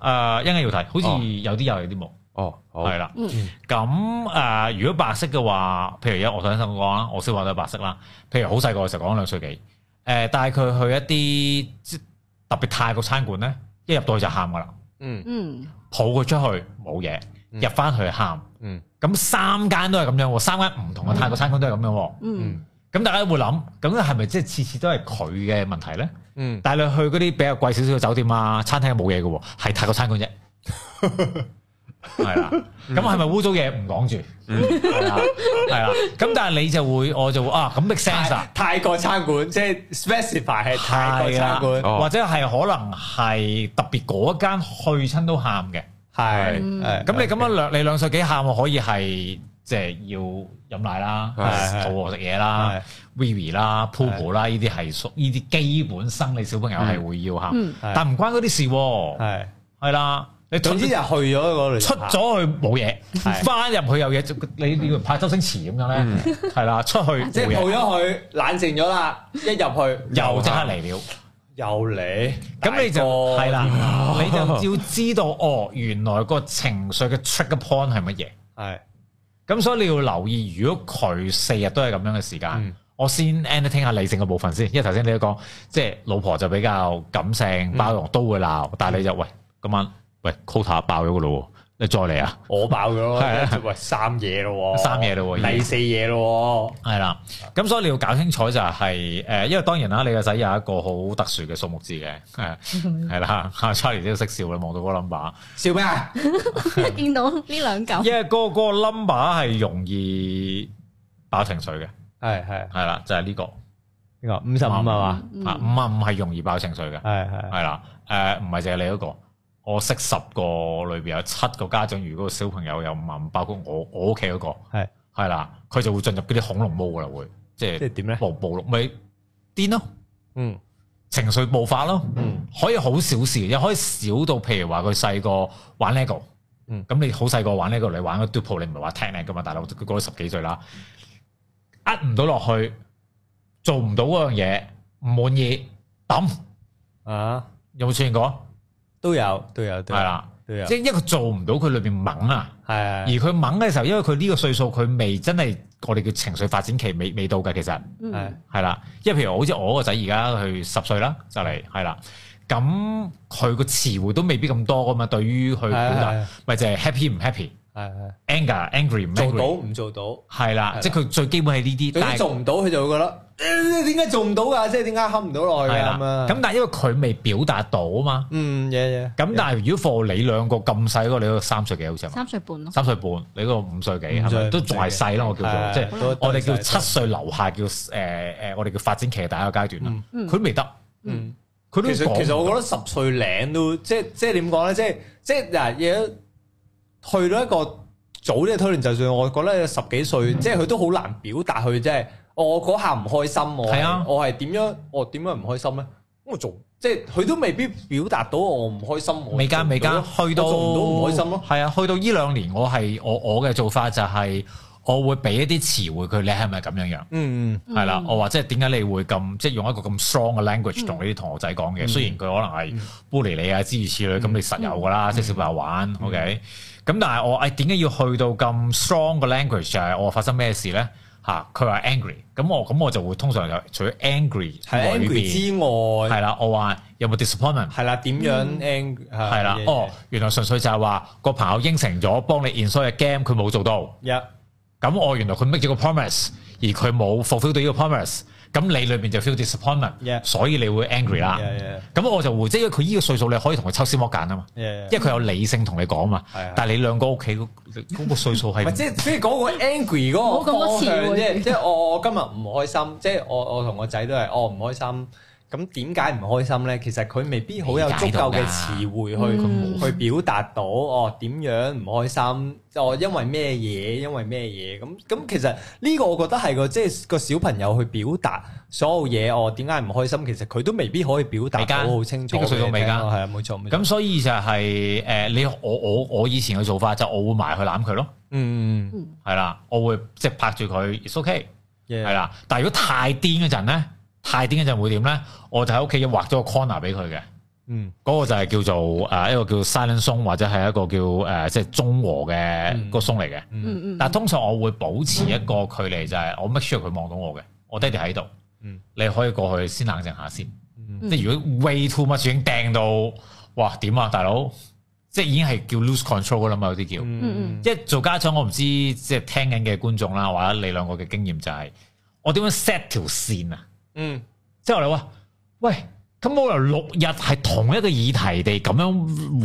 S4: 誒應該要睇，好
S1: 哦
S4: 似有啲有有啲冇，
S1: 哦，好
S4: 係啦。
S2: 嗯
S4: 咁誒、呃如果白色嘅話，譬如有我想想講啦，我小話都係白色啦。譬如好細個嘅時候講兩歲幾，誒、帶佢去一啲即特別泰國餐館咧，一入到去就喊噶啦，
S3: 嗯
S2: 嗯
S4: 抱佢出去冇嘢，入翻去喊。
S3: 嗯
S4: 咁三間都係咁樣喎，三間唔同嘅泰國餐館都係咁樣喎。
S2: 嗯
S3: 嗯
S4: 咁大家會諗，咁係咪即係次次都係佢嘅問題咧？
S3: 嗯
S4: 但係你去嗰啲比較貴少少嘅酒店啊、餐廳冇嘢嘅喎，係泰國餐館啫。係啦，咁係咪污糟嘢唔講住？
S1: 嗯
S4: 係啦，係啦。咁但係你就會，我就會啊，咁 make sense 啊
S3: 泰。泰國餐館即係 specify 係泰國
S4: 係
S3: 餐
S4: 啦，
S3: 館。
S1: 哦
S4: 或者係可能係特別嗰間去親都喊嘅。
S3: 係，
S2: 嗯
S3: 係，
S4: 咁你咁樣兩你兩歲幾喊，我可以係即係要飲奶啦、
S1: 係
S4: 肚餓食嘢啦
S3: 係、
S4: Vivi 啦、Poo 啦，呢啲係屬呢啲基本生理小朋友係會要喊，
S2: 嗯
S3: 係
S4: 但唔關嗰啲事喎，
S3: 係，
S4: 係啦，你
S3: 總之就去咗嗰度
S4: 出咗去冇嘢，
S3: 係嗯
S4: 翻入去有嘢，你你拍周星馳咁樣咧，係啦，出去
S3: 即
S4: 冇
S3: 係抱
S4: 嘢，
S3: 咗佢，冷靜咗啦，一入去
S4: 又即刻嚟了。
S3: 又嚟，
S4: 咁你就
S3: 大個
S4: 係啦，你就要知道哦，原來個情緒嘅 trigger point 係乜嘢。
S3: 係
S4: 咁所以你要留意，如果佢四日都係咁樣嘅時間，
S3: 嗯
S4: 我先 end 聽下理性嘅部分先。因為頭先你都講，即係老婆就比較感性包
S3: 嗯
S4: 容，都會鬧，但係你就喂今晚喂 quota 爆咗噶咯喎，你再嚟啊，
S3: 我爆咗咯
S4: 係啊，
S3: 喂三嘢咯喎，
S4: 三嘢咯喎已經
S3: 第四嘢咯
S4: 係啦。咁所以你要搞清楚就係、呃因為當然啦，你個仔有一個好特殊嘅數目字嘅，係係啦啊，Charlie 都識笑啦，望到嗰個 number，
S3: 喎，笑咩啊？
S2: 見到呢兩嚿
S4: 因為嗰、個嗰個 number 係容易爆情緒嘅，
S3: 係係
S4: 係啦，就係、呢、個
S3: 呢個五十五係嘛？
S2: 嗯
S4: 啊五啊五係容易爆情緒嘅。
S3: 係係
S4: 係啦，誒唔係淨係你嗰、個，我識十個裏邊有七個家長，如果個小朋友有五萬五，包括我我屋企嗰個，
S3: 係
S4: 係啦，佢就會進入嗰啲恐龍毛噶啦，會即
S3: 即係
S4: 係
S3: 點咧？
S4: 暴暴露咪癲咯，
S3: 嗯
S4: 情緒暴發咯，
S3: 嗯
S4: 可以好小事，又可以少到譬如話佢細個玩 LEGO，
S3: 嗯
S4: 咁你好細個玩 LEGO，你玩個 Dupo，你唔係話 t e c h n 噶嘛，大佬佢嗰度十幾歲啦，呃唔到落去，做唔到嗰樣嘢，唔滿意抌，
S3: 啊，
S4: 有冇出現過？
S3: 都有都有
S4: 係
S3: 都有
S4: 啦。
S3: 都有，
S4: 即係因為佢做唔到佢裏邊猛啊，而
S3: 係
S4: 佢猛嘅時候，因為佢呢個歲數佢未真係我哋叫情緒發展期未未到嘅，其實
S3: 係
S2: 嗯，
S4: 係啦。因為譬如好似我個仔而家佢十歲啦，就嚟
S3: 嗯
S4: 係啦，咁佢個詞彙都未必咁多噶嘛，對於佢表達，
S3: 係
S4: 咪就係 happy 唔 happy，anger
S3: 係
S4: angry 唔 angry，
S3: 做到唔做到？
S4: 係
S3: 係
S4: 啦
S3: 啦，
S4: 即係佢最基本係呢
S3: 總
S4: 啲，
S3: 之
S4: 但係
S3: 做唔到，佢就會覺得呃點解做唔到㗎？即係點解冚唔到落去
S4: 係
S3: 㗎
S4: 啦
S3: 咁啊？，
S4: 咁但係因為佢未表達到啊嘛，
S3: 嗯嘢嘢，
S4: 咁但係如果 for 你兩個咁細嗰個，你個三歲幾好似係嘛？
S2: 三歲半咯，
S4: 三歲半，你嗰個五歲幾
S3: 五
S4: 係
S3: 歲
S4: 咪？都仲係細啦，我叫做
S3: 係
S4: 即係。
S3: 都
S4: 我哋叫
S3: 都
S4: 七歲樓下叫誒誒，我哋叫發展期嘅第一個階段啦。
S2: 嗯
S4: 佢都未得，
S3: 嗯。
S4: 佢都
S3: 其實
S4: 講
S3: 其實我
S4: 唔
S3: 覺得十歲零都即係即係點講咧？即係即係嗱嘢去到一個早啲嘅推論，就算我覺得十幾歲，即係佢都好難表達佢即係哦我嗰下唔開心，我
S4: 係啊
S3: 係我係點樣我點樣唔開心咧？我做即係佢都未必表達到我唔開心，
S4: 到
S3: 我
S4: 未加未加，
S3: 做
S4: 去到
S3: 我做唔到唔開心咯。
S4: 係啊，去到依兩年，我係我我嘅做法就係我會俾一啲詞彙佢，你係咪咁樣樣？
S3: 嗯
S2: 嗯
S4: 係啦，我話即係點解你會咁即係用一個咁 strong 嘅 language 同你啲同學仔
S3: 嗯
S4: 講嘅？雖然佢可能係 bully 你啊諸如此類，咁你實有噶
S3: 嗯
S4: 啦，即係小朋友玩，OK。咁但係我誒哎點解要去到咁 strong 嘅 language 就係我發生咩事咧？嚇，佢話 angry，咁我咁我就會通常就除咗 angry
S3: 係
S4: 裏
S3: angry
S4: 邊，
S3: 之外，
S4: 係啦，我話有冇 disappointment？
S3: 係啦，點樣 angry
S4: 係啦，哦，，原來純粹就係話個朋友應承咗幫你 install 嘅 game，佢冇做到。
S3: 一
S4: 咁我原來佢 make 咗個 promise，而佢冇 fulfill 到呢個 promise，咁你裏邊就 feel disappointment，
S3: Yeah.
S4: 所以你會 angry 啦。
S3: 一
S4: 咁我就會即係因為佢呢個歲數，你可以同佢抽絲剝繭啊嘛，
S3: 一
S4: 因為佢有理性同你講嘛
S3: 係啊。
S4: 但係你兩個屋企嗰嗰個歲 數
S3: 唔係
S4: 係
S3: 即係即係嗰個 angry
S2: 冇
S3: 嗰
S2: 咁
S3: 個
S2: 多
S3: 方
S2: 詞
S3: 向
S2: 彙
S3: 啫，即係我我今日唔開心，即係我我同我仔都係哦我唔開心。咁點解唔開心咧？其實佢未必好有足夠嘅詞彙去
S2: 嗯
S3: 去表達到哦點樣唔開心，哦因為咩嘢，因為咩嘢咁咁。其實呢個我覺得係個即係個小朋友去表達所有嘢，哦點解唔開心，其實佢都未必可以表達
S4: 未
S3: 到
S4: 㗎
S3: 好清楚。
S4: 呢個歲數未㗎
S3: 係啊，冇錯冇錯。
S4: 咁，所以就係誒你我我我以前嘅做法就我會埋去攬佢咯，
S3: 嗯嗯
S4: 係啦，我會即係拍住佢，it's okay，
S3: 嗯，
S4: 係
S3: 係啦，
S4: 啦。但係如果太癲嗰陣咧，太癲嗰陣會點咧？我就喺屋企畫咗個 corner 俾佢嘅。
S3: 嗯
S4: 嗰個就係叫做誒、呃一個叫 silent 松或者係一個叫誒、呃即係中和嘅
S3: 嗯
S4: 個松嚟嘅。
S3: 嗯
S2: 嗯嗯，
S4: 但係通常我會保持一個距離，就係我 make sure 佢望到我嘅，我爹哋喺度。
S3: 嗯
S4: 你可以過去先冷靜下先。
S3: 嗯
S2: 嗯
S4: 即係如果 way too much 已經掟到，哇點啊大佬！即係已經係叫 lose control 啦嘛，有啲叫。
S2: 嗯
S4: 即係做家長，我唔知即係聽緊嘅觀眾啦，或者你兩個嘅經驗就係、我點樣 set 條線啊？
S3: 嗯。
S4: 之後我哋話：喂，咁冇理由六日係同一個議題地咁樣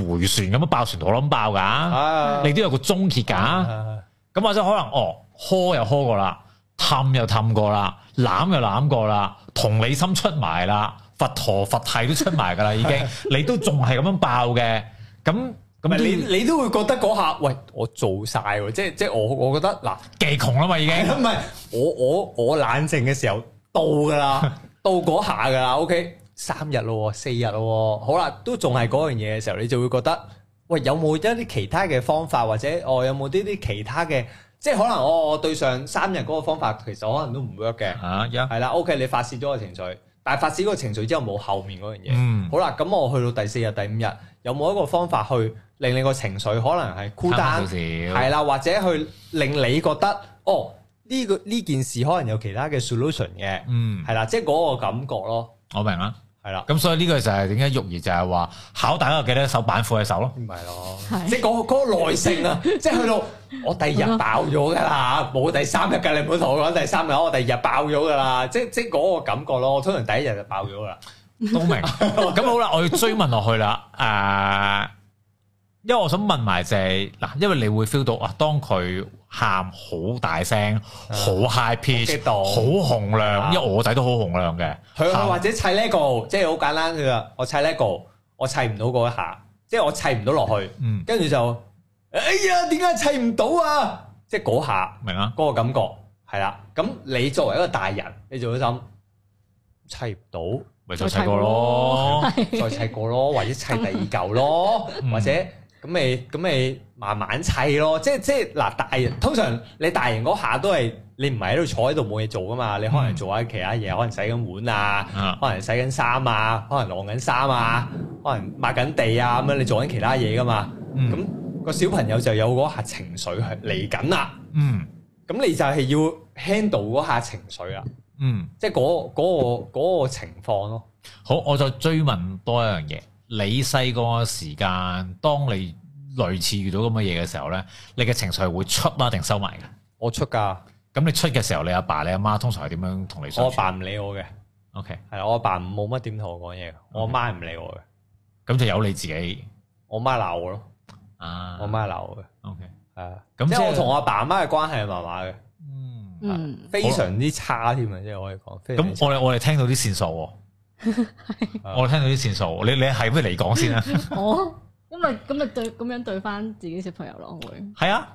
S4: 回旋咁樣爆旋陀螺咁爆㗎，
S3: 啊，
S4: 你都有個終結㗎。
S3: 啊，
S4: 咁或者可能哦，呵又呵過啦，氹又氹過啦，攬又攬過啦，同理心出埋啦，佛陀佛系都出埋㗎啦，已經 你都仲係咁樣爆嘅，咁
S3: 唔係
S4: 咁你
S3: 你你都會覺得嗰下，喂，我做晒喎，即係即係我我覺得 嗱，
S4: 技窮啦嘛已經。
S3: 唔係我我我冷靜嘅時候到㗎啦， 到嗰下㗎啦，OK，三日咯喎，四日咯喎，好啦，都仲係嗰樣嘢嘅時候，你就會覺得，喂，有冇一啲其他嘅方法，或者我有冇呢啲其他嘅，即係可能我我對上三日嗰個方法，其實可能都唔 work 嘅。
S4: 啊，一
S3: 係啦，OK，你發泄咗個情緒，但係發泄嗰個情緒之後冇後面嗰樣嘢。
S4: 嗯
S3: 好啦，咁我去到第四日、第五日，有冇一個方法去令你個情緒可能係孤
S4: 慳返
S3: 單
S4: 少，少，
S3: 係啊啦，或者去令你覺得哦呢、個呢件事可能有其他嘅 solution 嘅，
S4: 嗯，
S3: 係啦、即係嗰個感覺咯，
S4: 我明啦。
S3: 係啦，
S4: 咁所以呢個就係點解育兒就係話考大家有幾多手板斧喺手咯。
S3: 唔係咯，
S2: 係
S3: 即係嗰、嗰個耐性 啊，即係去到我第二日爆咗㗎啦，冇第三日㗎，你唔好同我講第三日，我第二日爆咗㗎啦，即即係嗰個感覺咯，我通常第一日就爆咗㗎啦，
S4: 都 明。咁好啦，我要追問落去啦。誒、因為我想問埋就係、嗱，因為你會 feel 到啊，當佢喊好大聲、好 high
S3: 啊激
S4: pitch、
S3: 動
S4: 好洪
S3: 啊
S4: 亮，因為我仔都好洪亮嘅。
S3: 佢佢
S4: 喊
S3: 啊或者砌 lego，即係好簡單佢話我砌 lego，我砌唔到嗰一下，即係我砌唔到落去，
S4: 嗯
S3: 跟住就哎呀點解砌唔到啊？即係嗰下
S4: 明啊？
S3: 嗰個感覺係啦。咁你作為一個大人，你就會諗砌唔到。
S4: 咪再砌過咯，
S3: 再砌過 咯，或者砌第二嚿咯，
S4: 嗯
S3: 或者咁咪咁咪慢慢砌咯。即係即係嗱，大人通常你大人嗰下都係你唔係喺度坐喺度冇嘢做噶嘛，你可能
S4: 嗯
S3: 做下其他嘢，可能洗緊碗啊，
S4: 啊，
S3: 可能洗緊衫啊，可能晾緊衫啊，可能抹緊地啊咁樣，你做緊其他嘢噶嘛。咁、
S4: 嗯
S3: 個小朋友就有嗰下情緒係嚟緊啦，
S4: 嗯
S3: 咁你就係要 handle 嗰下情緒啦，
S4: 嗯，
S3: 即係嗰嗰個嗰個情況咯。
S4: 好，我再追問多一樣嘢，你細個嘅時間，當你類似遇到咁嘅嘢嘅時候咧，你嘅情緒係會出啦定收埋嘅？
S3: 我出㗎，
S4: 咁你出嘅時候，你阿爸你阿媽通常係點樣同你
S3: 我
S4: 相
S3: 阿
S4: 處
S3: 爸唔理我嘅。
S4: ？O K，
S3: 係啦，我阿爸冇乜點同我講嘢嘅，
S4: 嗯
S3: 我阿媽唔理我嘅，
S4: 咁就有你自己
S3: 我媽鬧我咯，
S4: 啊。
S3: 我媽鬧我嘅，
S4: O K，
S3: 係啊，
S4: 咁
S3: 咁即
S4: 即
S3: 係
S4: 係
S3: 我同我阿爸阿媽嘅關係係麻麻嘅，
S4: 嗯，
S2: 嗯，
S3: 非常之差添啊，即係可以講，非常之
S4: 咁
S3: 差
S4: 我哋我哋聽到啲線索喎，我哋聽到啲線索喎，你你係不如你講先啦。
S2: 我哦咁咪咁咪對咁樣對翻自己小朋友咯，我會
S4: 係啊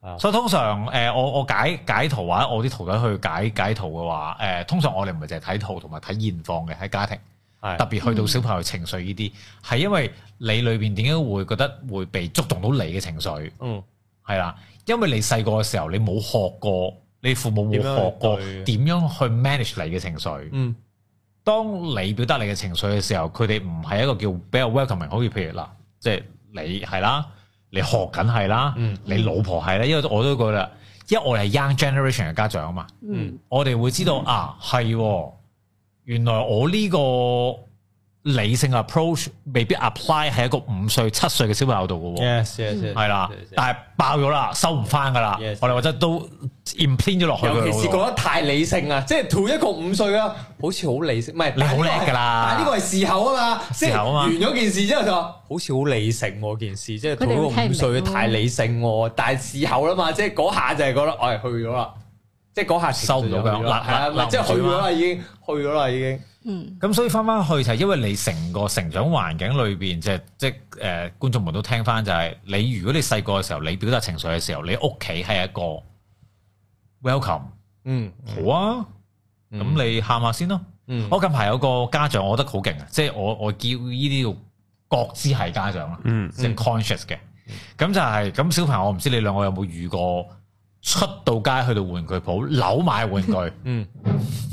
S3: 啊，
S4: 所以通常誒、呃我我解解圖或者我啲徒弟去解解圖嘅話，誒、通常我哋唔係淨係睇圖同埋睇現況嘅喺家庭，
S3: 係
S4: 特別去到小朋友情緒呢啲，係因為你裏邊點解會覺得會被觸動到你嘅情緒？
S3: 嗯
S4: 係啦，因為你細個嘅時候你冇學過，你父母冇
S3: 點樣去
S4: 學過
S3: 對
S4: 點樣去 manage 你嘅情緒。
S3: 嗯
S4: 當你表達你嘅情緒嘅時候，佢哋唔係一個叫比較 welcoming，好似譬如嗱，即係你係啦，你學緊係啦，
S3: 嗯
S4: 你老婆係啦，因為我都覺得，因為我哋係 young generation 嘅家長啊嘛，
S2: 嗯
S4: 我哋會知道、啊，係喎原來我呢個理性 approach 未必 apply 喺一個五歲七歲嘅小朋友度嘅喎。
S3: ，yes yes yes，
S4: 係啦
S3: yes，yes，
S4: 但係爆咗啦，收唔翻噶啦
S3: Yes，
S4: 我哋或者都 implant 咗落去佢
S3: 尤
S4: 嗰
S3: 其是
S4: 度
S3: 講得太理性啊，即係同一個五歲啊，好似好理性，唔係
S4: 你好叻㗎啦
S3: 但係呢個係事後啊嘛，即
S4: 事
S3: 係
S4: 後啊嘛
S3: 完咗件事之後就話好似好理性喎件事，即係同一個五歲太理性喎，但係事後啊啦嘛，即係嗰下就係覺得哎我係去咗啦，即係嗰下
S4: 收唔到
S3: 佢
S4: 㗎
S3: 係啊，
S4: 嗱嗱嗱
S3: 即係去咗啦已經，去咗啦已經，
S2: 嗯
S4: 咁所以翻翻去就係因為你成個成長環境裏邊，即係即係誒觀眾們都聽翻就係、你如果你細個嘅時候，你表達情緒嘅時候，你屋企係一個 welcome
S3: 嗯
S4: 好啊，咁、你喊下先咯。
S3: 嗯
S4: 我近排有個家長，我覺得好勁啊，即係我我叫呢啲叫覺知係家長啦。啊
S1: 嗯
S4: 即係 conscious 嘅。咁就係、咁，小朋友，我唔知你兩個有冇遇過出到街去到玩具鋪扭買 玩具，
S3: 嗯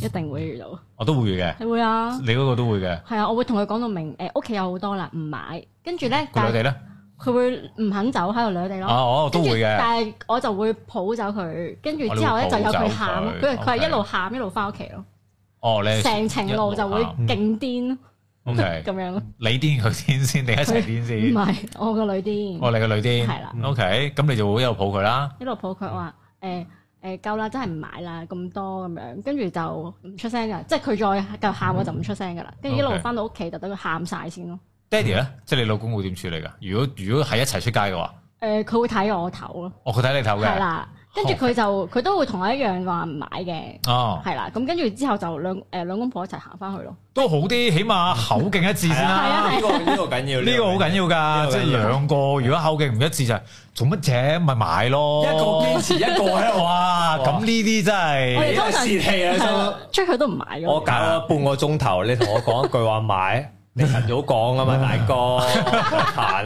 S2: 一定會遇到，
S4: 我都會嘅。
S2: 係會啊。
S4: 你嗰個都會嘅。
S2: 係啊，我會同佢講到明，誒屋企有好多啦，唔買，跟住咧，
S4: 佢
S2: 但
S4: 兩
S2: 係
S4: 哋咧，
S2: 佢會唔肯走喺度掠地咯。
S4: 啊，我都
S2: 跟住
S4: 會嘅。
S2: 但係我就會抱走佢，跟住之後
S4: 我
S2: 咧就
S4: 都會
S2: 有
S4: 抱
S2: 佢
S4: 走
S2: 喊咯，
S4: 佢哦
S2: 佢佢
S4: OK
S2: 係一路喊一路翻屋企咯，
S4: 哦，你
S2: 成程路就
S4: 哦
S2: 會勁癲
S4: O K，
S2: 咁樣咯。
S4: 啊你癲佢癲先，定一齊癲
S2: 唔
S4: 先？
S2: 係我個女癲，
S4: 哦，你個女癲。
S2: 係啊
S1: 嗯
S2: 啦
S4: O K，咁你就會一路抱佢啦。
S2: 一路抱佢我話誒誒夠啦，真係唔買啦咁多咁樣，跟住就唔出聲噶，即係佢再繼續喊我就唔出聲噶啦，跟住一路
S4: OK
S2: 翻到屋企就等佢喊晒先咯。
S4: 爹哋咧，即係你老公會點處理㗎？如果如果係一齊出街嘅話，
S2: 誒呃佢會睇我頭咯，
S4: 哦，佢睇你頭
S2: 係
S4: 嘅。
S2: 啦，跟住佢就佢都會同我一樣話唔買嘅。
S4: 哦，
S2: 係啦，咁跟住之後就兩誒兩公婆一齊行翻去咯。
S4: 都好啲，起碼口徑一致先啦。
S2: 係啊
S3: 呢個呢個緊要，
S4: 呢個好緊要
S3: 呢
S4: 㗎，
S3: 個
S4: 即
S3: 緊要
S4: 係兩個如果口徑唔一致就係做乜啫，咪買咯。
S3: 一個堅持一個喺 度，
S4: 哇，咁呢啲真
S2: 我
S4: 係
S2: 哋
S3: 真係泄氣 啊！
S2: 係
S3: 心諗
S2: 啦，出去都唔買
S3: 我
S2: 嘅。
S3: 搞咗半個鐘頭，你同我講一句話買，你晨早講啊嘛，大哥閒啊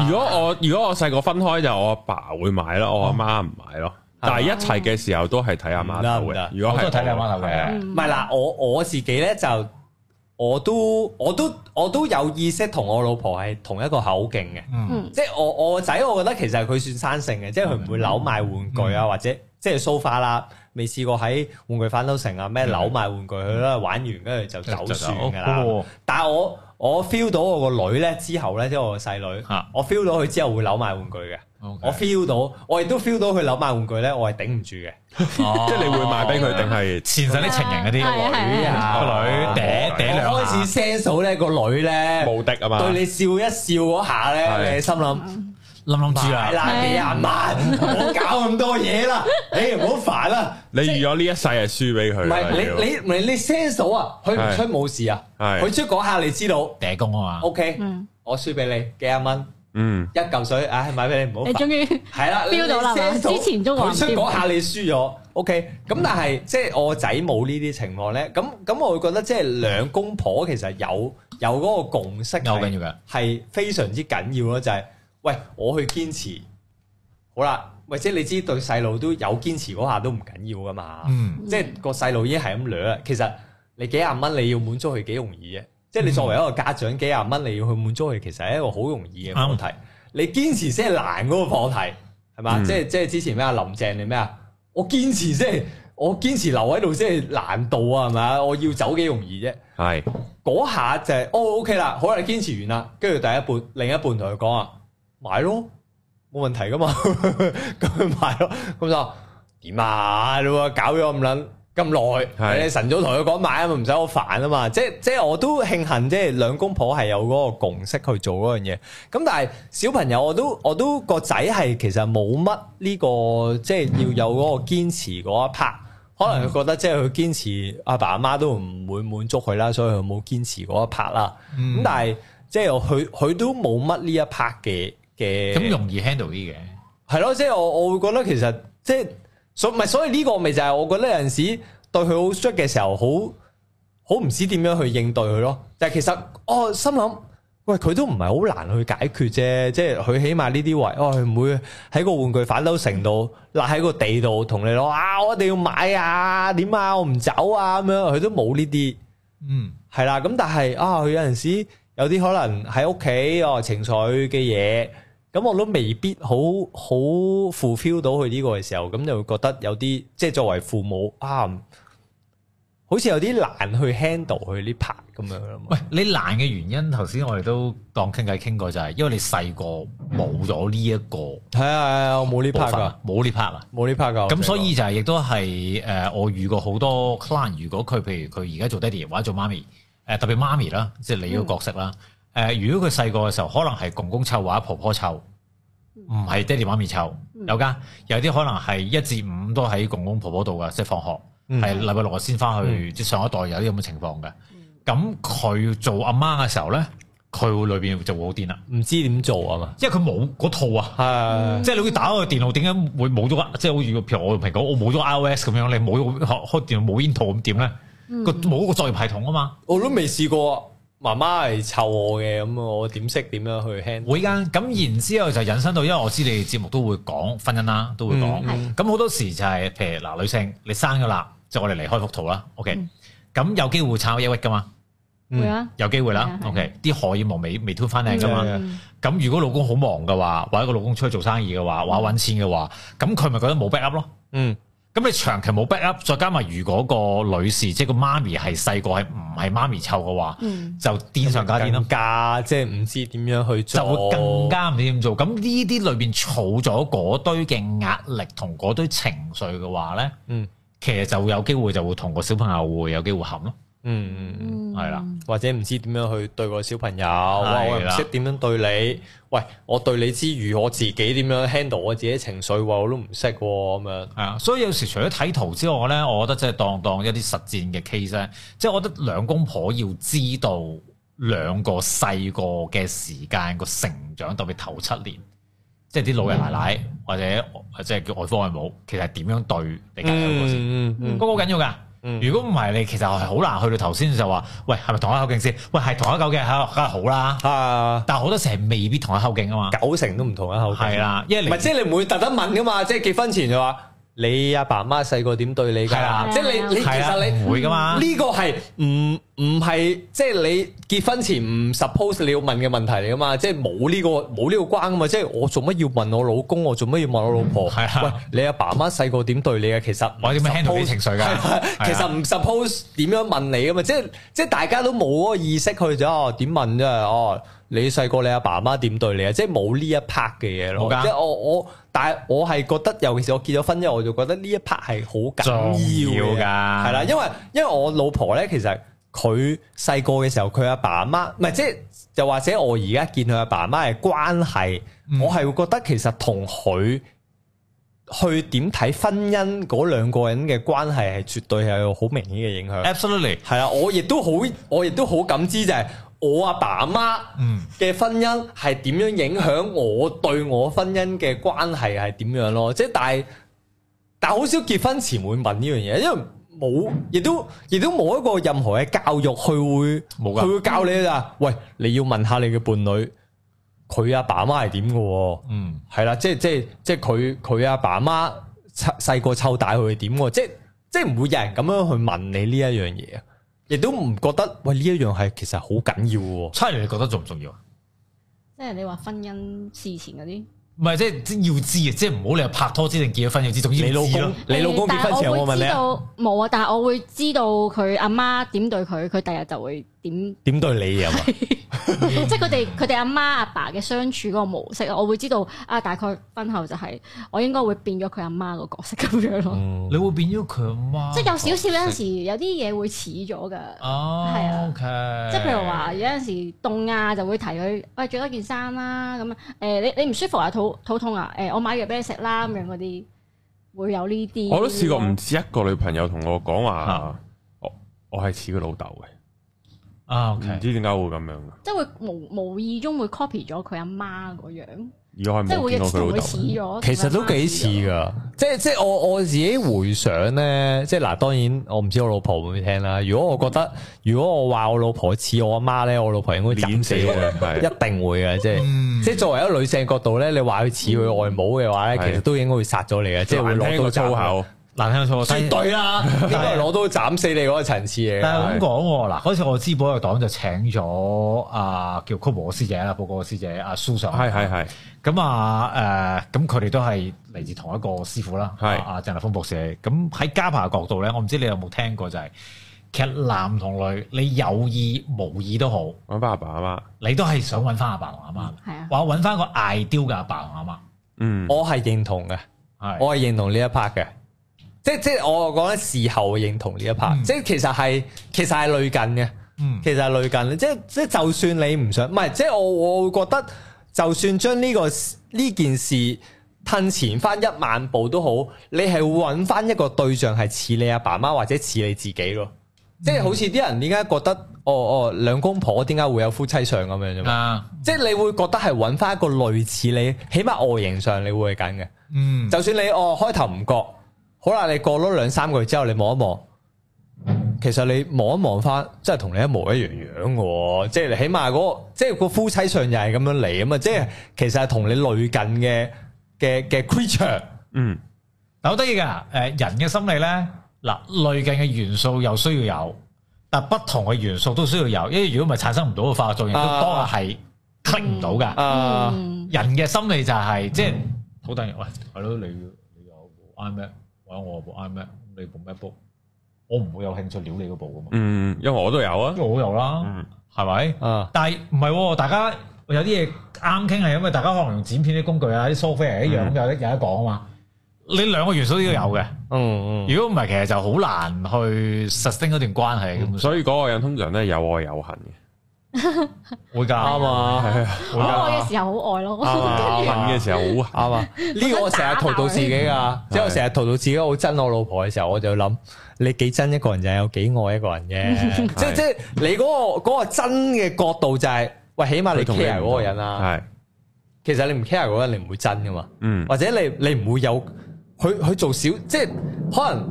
S3: 嘛。
S1: 如果我如果我細個分開就我阿爸會買咯，我阿媽唔買
S4: 哦
S1: 咯。但係一齊嘅時候都係睇阿媽頭
S3: 唔得
S1: 嘅
S3: 唔得。
S1: 如果係
S4: 我都係睇你阿媽頭嘅
S1: 係啊
S2: 嗯
S3: 唔係嗱，我我自己咧就我都我都我都有意識同我老婆係同一個口徑嘅，
S4: 嗯
S2: 嗯
S3: 即係我我個仔，我覺得其實佢算生性嘅，即係佢唔會扭買玩具啊，或者即係 so far 啦，未試過喺玩具反斗城啊咩扭買玩具，佢都係玩完跟住就走算㗎啦。
S4: 哦
S3: 但係我我 feel 到我個女咧之後咧，即係我個細女
S4: 啊，
S3: 我 feel 到佢之後會扭買玩具嘅。我 feel 到，我亦都 feel 到佢扭買玩具咧，我係頂唔 住嘅。
S4: 即
S1: 即係你會買俾佢定係？
S4: 前世啲情人嗰
S2: 係
S4: 啲
S2: 係係
S3: 啊
S4: 個女
S1: 我
S4: 嗲嗲
S3: 我
S4: 兩
S3: 開
S4: 下，
S3: 始 sense 到咧個女
S4: 哦
S3: 咧
S1: 無敵啊嘛！
S3: 對你笑一笑嗰下咧，
S1: 係
S3: 你心諗
S4: 冧冧住
S3: 買
S4: 啦，
S3: 啦幾廿萬，唔好搞咁多嘢 啦，你唔好煩啦。
S1: 你
S3: 即係
S1: 預咗呢一世係輸俾
S3: 唔
S1: 佢㗎。要
S3: 係你你你你 sense 到啊？佢唔
S1: 係
S3: 出冇事啊，
S1: 係
S3: 佢出嗰下你知道
S4: 嗲公啊嘛，
S3: ，OK，
S2: 嗯，
S3: 我輸俾你幾廿蚊，
S1: 嗯，
S3: 一嚿水，唉，買俾你唔好
S2: 你
S3: 煩。
S2: 終 於
S3: 係啦，你
S2: feel 到啦
S3: 你
S2: 係嘛
S3: sense 到
S2: 之前都話唔
S3: 佢出
S2: feel
S3: 嗰下你輸咗，OK。咁但係即係我仔冇呢啲情況咧，咁咁我會覺得即係兩公婆其實有有嗰個共識係，
S4: 有緊要嘅，
S3: 係非常之緊要咯，就係、喂，我去堅持，好啦，喂，即係你知對細路都有堅持嗰下都唔緊要噶嘛，
S4: 嗯，
S3: 即係個細路已經係咁掠啦。其實你幾廿蚊你要滿足佢幾容易啫，即係你作為一個家長，幾廿蚊你要去滿足佢，其實係一個好容易嘅課題。你堅持先係難嗰個課題，係嘛？
S1: 嗯
S3: 即係即係之前咩啊？林鄭你咩啊？我堅持先係，我堅持留喺度先係難度啊，係咪啊？我要走幾容易啫。
S1: 系，
S3: 嗰下就係、哦 OK 啦，好啦，你堅持完啦，跟住第一半另一半同佢講啊，買咯，冇問題噶嘛， 咁佢買咯，咁就話點啊你喎，搞咗咁撚咁
S1: 係
S3: 耐，你晨早同佢講買啊嘛，唔使我煩啊嘛，即即係我都慶幸即係兩公婆係有嗰個共識去做嗰樣嘢，咁但係小朋友我都我都個仔係其實冇乜呢個即係要有嗰個堅持嗰一 part。可能佢覺得即係佢堅持阿爸阿媽都唔會滿足佢啦，所以佢冇堅持嗰一 part 啦。咁、
S4: 嗯
S3: 但係即係佢佢都冇乜呢一 part 嘅嘅，
S4: 咁容易 handle 啲嘅，
S3: 係咯。即係我我會覺得其實即係所唔係所以呢個咪就係我覺得有陣時對佢好 strict 嘅時候，好好唔知點樣去應對佢咯。但係其實我心諗。喂，佢都唔係好難去解決啫，即係佢起碼呢啲位，哦，佢唔會喺個玩具反斗城度，立喺個地度同你攞啊，我一定要買啊，點啊，我唔走啊咁樣，佢都冇呢啲。
S4: 嗯，
S3: 係啦，咁但係啊，佢有陣時有啲可能喺屋企哦情緒嘅嘢，咁我都未必好好 fulfill 到佢呢個嘅時候，咁就會覺得有啲即係作為父母啊，好似有啲難去 handle 佢呢 part 咁樣啊嘛。
S4: 喂，你難嘅原因，頭先我哋都當傾偈傾過，就係因為你細個冇咗呢一個
S3: 係啊係啊，我冇呢
S4: 部
S3: part
S4: 分
S3: 噶，，
S4: 冇呢 part 啊。
S3: 冇呢 part 噶。
S4: 咁所以就係亦都係誒，我遇過好多呃 client，如果佢譬如佢而家做爹哋或者做媽咪，誒、特別媽咪啦，即係你嗰個角色啦。誒、呃如果佢細個嘅時候，可能係公公湊或者婆婆湊，唔係爹哋媽咪湊，有間有啲可能係一至五都喺公公婆婆度㗎，即係放學
S3: 嗯
S4: 係禮拜六日先翻去，即係上一代有啲咁嘅情況嘅。咁佢做阿媽嘅時候咧，佢會裏邊就會好癲啦，
S3: 唔知點做啊嘛。
S4: 因為佢冇嗰套
S3: 嗯
S4: 啊。
S3: 係
S4: 即係你會打開個電腦，點解會冇咗？即係好似譬如我用蘋果，我冇咗 iOS 咁樣，你冇咗開開電腦冇 i n t 咁點咧？
S2: 嗯
S4: 個冇個作業系統啊嘛，
S3: 我都未試過媽媽嚟湊我嘅，咁我點識點樣去 handle？
S4: 會㗎。咁然之後就引申到，因為我知你哋節目都會講婚姻啦，都會講。
S2: 嗯
S4: 咁好多時就係、譬如嗱，女性你生咗啦，就我哋離開幅圖啦。OK，咁、
S2: 嗯
S4: 有機會炒抑鬱㗎嘛？
S3: 嗯
S2: 會啊，
S4: 有機會啦
S2: 係啊。係啊嗯
S4: OK，啲荷爾蒙未未推翻靚㗎嘛
S3: 係啊。
S4: 咁如果老公好忙嘅話，或者個老公出去做生意嘅話，或者揾錢嘅話，咁佢咪覺得冇 back up 咯？
S3: 嗯
S4: 咁你長期冇 back up，再加埋如果個女士即係個媽咪係細個係唔係媽咪湊嘅話，
S2: 嗯
S4: 就癲上加癲咯
S3: 更，加即係唔知點樣去做，
S4: 就會更加唔知點做。咁呢啲裏邊儲咗嗰堆嘅壓力同嗰堆情緒嘅話咧，
S3: 嗯
S4: 其實就會有機會就會同個小朋友會有機會冚咯。
S3: 嗯嗯，
S2: 嗯
S4: 係啦，
S3: 或者唔知點樣去對個小朋友，哇我唔
S4: 啦
S3: 識點樣對你，喂，我對你之餘，我自己點樣 handle 我自己情緒，哇我都唔識喎咁樣。
S4: 係啊，所以有時除咗睇圖之外咧，我覺得即係當當一啲實戰嘅 case 咧，即係我覺得兩公婆要知道兩個細個嘅時間個成長，特別頭七年，即係啲老人奶奶
S3: 嗯
S4: 或者即係叫外父外母，其實係點樣對你隔離嗰個先，
S3: 嗯嗯
S4: 嗰個好緊要㗎。
S3: 嗯
S4: 如果唔係，你其實係好難去到頭先就話，喂，係咪同一口徑先？喂，係同一口徑，係梗係好啦。
S3: 嗯，啊，
S4: 但係好多時係未必同一口徑啊嘛。
S3: 九成都唔同一口徑
S4: 係，啦，因為
S3: 唔
S4: 你
S3: 係即係你唔會特登問噶嘛，即係結婚前就話你阿爸媽細個點對你
S4: 係
S3: 㗎
S4: 啦，
S3: 即係你你其
S4: 係啦
S3: 實你。
S4: 唔會㗎嘛。
S3: 呢個係唔唔係即係你結婚前唔 suppose 你要問嘅問題嚟噶嘛？即係冇呢個冇呢個關噶嘛？即係我做乜要問我老公？我做乜要問我老婆？
S4: 係啊
S3: 喂，你阿爸媽細個點對你啊？其實
S4: 我點樣 handle 啲
S3: suppose-
S4: 情緒㗎
S3: 係啊
S4: 係啊
S3: 其實唔 suppose 點樣問你噶嘛？即係即係大家都冇嗰個意識去咗哦點問啫？哦，你細個你阿爸媽點對你啊？即係冇呢一 part 嘅嘢咯
S4: 冇。㗎
S3: 即係我我但係我係覺得，尤其是我結咗婚之後，我就覺得呢一 part 係好緊要
S4: 重要
S3: 㗎，
S4: 㗎
S3: 係
S4: 啊
S3: 啦，因為因為我老婆咧，其實佢細個嘅時候，佢阿爸阿媽，唔係即係又或者我而家見佢阿爸阿媽嘅關係，
S4: 嗯
S3: 我係會覺得其實同佢去點睇婚姻嗰兩個人嘅關係係絕對係有好明顯嘅影響。
S4: 嗯 Absolutely，
S3: 係啦，我亦都好，我亦都好感知就係、我阿爸阿媽
S4: 嗯，
S3: 嘅婚姻係點樣影響我對我婚姻嘅關係係點樣咯？即係但係但係好少結婚前會問呢樣嘢，因為冇亦都亦都冇一個任何嘅教育去會
S4: 冇㗎
S3: 佢會教你啊！喂，你要問下你嘅伴侶，佢阿爸阿媽係點嘅喎？
S4: 嗯，
S3: 係啦，即係即係即係佢佢阿爸阿媽湊細個湊大佢係點喎？即係即係唔會有人咁樣去問你呢一樣嘢啊！亦都唔覺得喂呢一樣係其實好緊要嘅喎。
S4: 差你覺得重唔重要啊？
S2: 即係你話婚姻事前嗰啲，
S4: 唔係即係即係要知啊，即係唔好你話拍拖之定結咗婚要知，總之
S3: 你老
S4: 要知咯
S3: 公。你老公
S2: 但
S3: 結婚前有冇問你啊？
S2: 我會知道冇啊，但係我會知道佢阿媽點對佢，佢第日就會 點，
S3: 點對你啊？
S2: 即係佢哋佢哋阿媽阿爸嘅相處嗰個模式，我會知道啊，大概婚後就係我應該會變咗佢阿媽個角色咁樣咯，
S3: 嗯
S4: 你會變咗佢阿媽，
S2: 即係有少少有陣時有啲嘢會似咗㗎。
S3: 嗯
S4: 哦，
S2: 係啊
S4: OK，
S2: 即係譬如話有陣時凍啊，就會提佢喂着多件衫啦，咁啊誒你你唔舒服啊，肚肚痛啊，誒、我買藥俾你食啦，咁樣嗰啲會有呢啲。
S1: 我都試過唔止一個女朋友同我講話
S4: 啊，
S1: 我我係似佢老豆嘅，
S4: 啊
S1: 唔
S4: OK，
S1: 知點解會咁樣嘅，
S2: 即係會無無意中會 copy 咗佢阿媽嗰樣，
S1: 而我係
S2: 即係
S1: 冇
S2: 會
S1: 見過佢
S2: 同
S1: 老
S2: 佢
S1: 豆
S2: 似
S1: 嘅。
S2: 咗。
S3: 其實都幾似
S2: 㗎。
S3: 噶，即係即係我我自己回想咧，即係嗱，當然我唔知我老婆會唔會聽啦。如果我覺得，如果我話我老婆似我阿媽咧，我老婆應該斬死
S1: 碾死
S3: 我，
S1: 佢
S3: 一
S1: 係
S3: 定會嘅，即係。
S4: 嗯
S3: 即係作為一個女性角度咧，你話佢似佢外母嘅話咧，
S1: 係
S3: 其實都應該會殺咗你嘅，即係會
S1: 難
S3: 攞
S1: 聽過
S3: 刀
S1: 粗
S3: 斬你，
S1: 口，
S4: 難聽錯，但係
S3: 絕對啦， 應該係攞刀斬死你嗰個層次嚟
S4: 但
S3: 嘅。
S4: 係咁講喎，嗱，嗰次我知保育黨就請咗啊叫 Coco 師姐啦，報告師姐阿蘇上，
S1: 係係係，
S4: 咁啊誒，咁佢哋都係嚟自同一個師傅啦，
S1: 係
S4: 啊鄭立峰博士。咁喺加爬角度咧，我唔知你有冇聽過就係、其實男同女，你有意無意都好，
S1: 揾翻阿爸啊阿媽，
S4: 你都係想揾翻阿爸同阿媽嘅，
S2: 係啊，
S4: 話揾翻個 ideal 嘅阿爸同阿媽，
S1: 嗯，
S3: 我係認同嘅。
S4: 係
S3: 我係認同呢一 part 嘅，即係即係我講咧事後認同呢一 part，、
S4: 嗯
S3: 即係其實係其實係類近嘅，
S4: 嗯
S3: 其實係類近嘅，即係即係就算你唔想，唔係即係我我會覺得，就算將呢、個呢件事褪前翻一萬步都好，你係會揾翻一個對象係似你阿爸媽或者似你自己咯，即
S4: 嗯
S3: 係好似啲人點解覺得哦哦兩公婆點解會有夫妻相咁樣啫嘛，
S4: 啊
S3: 即係你會覺得係揾翻一個類似你，起碼外形上你會係緊嘅。
S4: 嗯
S3: 就算你哦開頭唔覺，好啦，你過咗兩三個月之後，你望一望，其實你望一望翻，真係同你一模一樣樣嘅喎，即係你起碼嗰、個即係個夫妻相又係咁樣嚟啊嘛，即係其實係同你類近嘅嘅嘅 creature，
S1: 嗯，
S4: 但好得意噶，誒、人嘅心理咧，嗱類近嘅元素又需要有，但不同嘅元素都需要有，因為如果唔係產生唔到嘅化學作用，亦
S3: 啊
S4: 都多係 click 唔到噶。
S3: 啊、
S2: 嗯，
S4: 人嘅心理就係、即係嗯好突然，喂，係咯，你你有部 iMac，或者我有部 iMac，你部 MacBook，我唔會有興趣撩你嗰部噶嘛，
S1: 嗯，因為我都有啊
S4: 因，為我有啦，
S1: 嗯，
S4: 係咪、
S3: 啊，
S4: 但係唔係喎，大家有啲嘢啱傾係因為大家可能用剪片啲工具啊、啲 software 一樣咁
S1: 嗯
S4: 有得有得講啊嘛。你兩個元素都要有嘅，
S3: 嗯嗯，
S4: 如果唔係其實就好難去 sustain 嗰段關係咁，所
S1: 所以嗰個人通常都係有愛有恨嘅，
S4: 以會㗎。
S3: 啱啊，
S1: 係啊，
S2: 好愛嘅時候好愛
S3: 啱
S2: 咯，
S3: 啊
S1: 恨
S3: 啱啊
S1: 嘅時候好
S3: 啱啊！ 呢個我成日陶到自 己噶，即係我成日陶到自己好憎我老婆嘅時候，我就諗你幾憎一個人就係有幾愛一個人 嘅，即係即係你嗰個嗰個真嘅角度就係，喂，起啊碼你
S1: 佢同你
S3: care
S1: 唔
S3: 嗰
S1: 同
S3: 個人啊啦。
S1: 係，
S3: 其實你唔 care 嗰個人，你唔會真噶嘛，
S1: 嗯，
S3: 或者你你唔會有佢佢做少，即係可能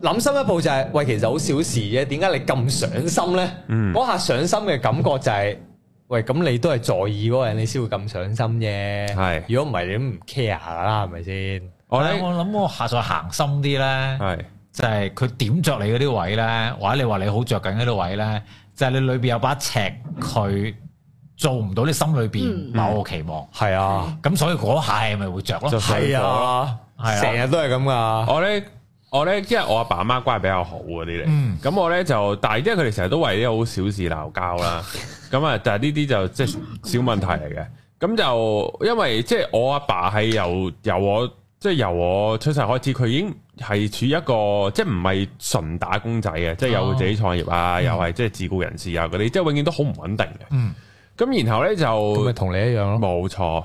S3: 諗深一步就係，喂，其實好小事啫，點解你咁上心咧？
S1: 嗯
S3: 嗰下上心嘅感覺就係，喂，咁你都係在意嗰個人，你先會咁上心啫。
S1: 係
S3: 如果唔係你都唔 care 啦，係咪先？
S1: 我
S4: 但係
S1: 咧
S4: 我諗我下再行深啲咧，
S1: 係
S4: 就係佢點着你嗰啲位咧，或者你話你好着緊嗰啲位咧，就係你裏邊有把尺，佢做唔到你心裏邊
S2: 嗯
S4: 某個期望，
S3: 係啊，
S4: 咁所以嗰下係咪會着咯？
S1: 就上
S3: 係啊
S4: 係，啊
S3: 成日都係咁噶。
S1: 我咧，我咧，因為我阿爸阿媽關係比較好嗰啲
S4: 嗯
S1: 嚟，咁我咧就，但係因為佢哋成日都為啲好小事鬧交啦，咁啊，但係呢啲就即係小問題嚟嘅。咁就因為即係我阿爸係由由我即係由我出世開始，佢已經係處於一個即係唔係純打工仔嘅，即係有自己創業啊，又係即係自僱人士啊嗰啲，即係永遠都好唔穩定嘅。
S4: 嗯，
S1: 咁然後咧
S3: 咁咪
S1: 就
S3: 同你一樣咯。
S1: 冇錯，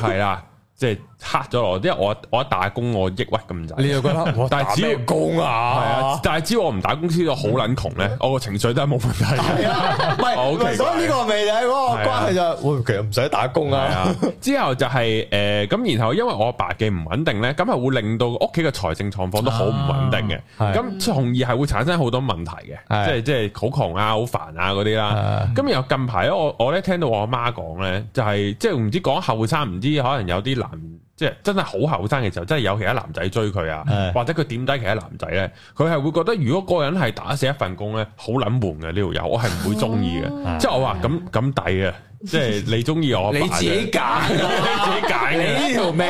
S1: 係啦，即即係黑咗我，因為我我一打工我抑鬱咁滯。
S3: 你又覺得哇，
S1: 但係
S3: 打
S1: 只要
S3: 咩工
S1: 係
S3: 啊嗯
S1: 啊，，但係只要我唔打工，知道好撚窮咧，我個情緒都係冇問 題嘅。
S3: 唔
S1: 好奇怪
S3: 係，所以呢個咪就係嗰個
S1: 係啊
S3: 關係就，喂，其實唔使打工
S1: 係
S3: 啊，
S1: 啊，之後就係誒咁，然後因為我阿爸嘅唔穩定咧，咁係會令到屋企嘅財政狀況都好唔穩定嘅，
S3: 啊係
S1: 咁從而係會產生好多問題嘅，
S3: 係
S1: 即係即係好窮啊、好煩啊嗰啲啦。咁然後近排咧，我我咧聽到我阿媽講咧，就係即係唔知講後生，唔知可能有啲男。即係真係好後生嘅時候，真係有其他男仔追佢啊
S3: 係，
S1: 或者佢點低其他男仔咧，佢係會覺得如果個人係打死一份工咧，好撚悶嘅呢條友，我係唔會中意嘅。即係我話咁咁抵啊！即係你中意我阿爸嘅，
S3: 哦你自己揀，你自己揀，你呢條命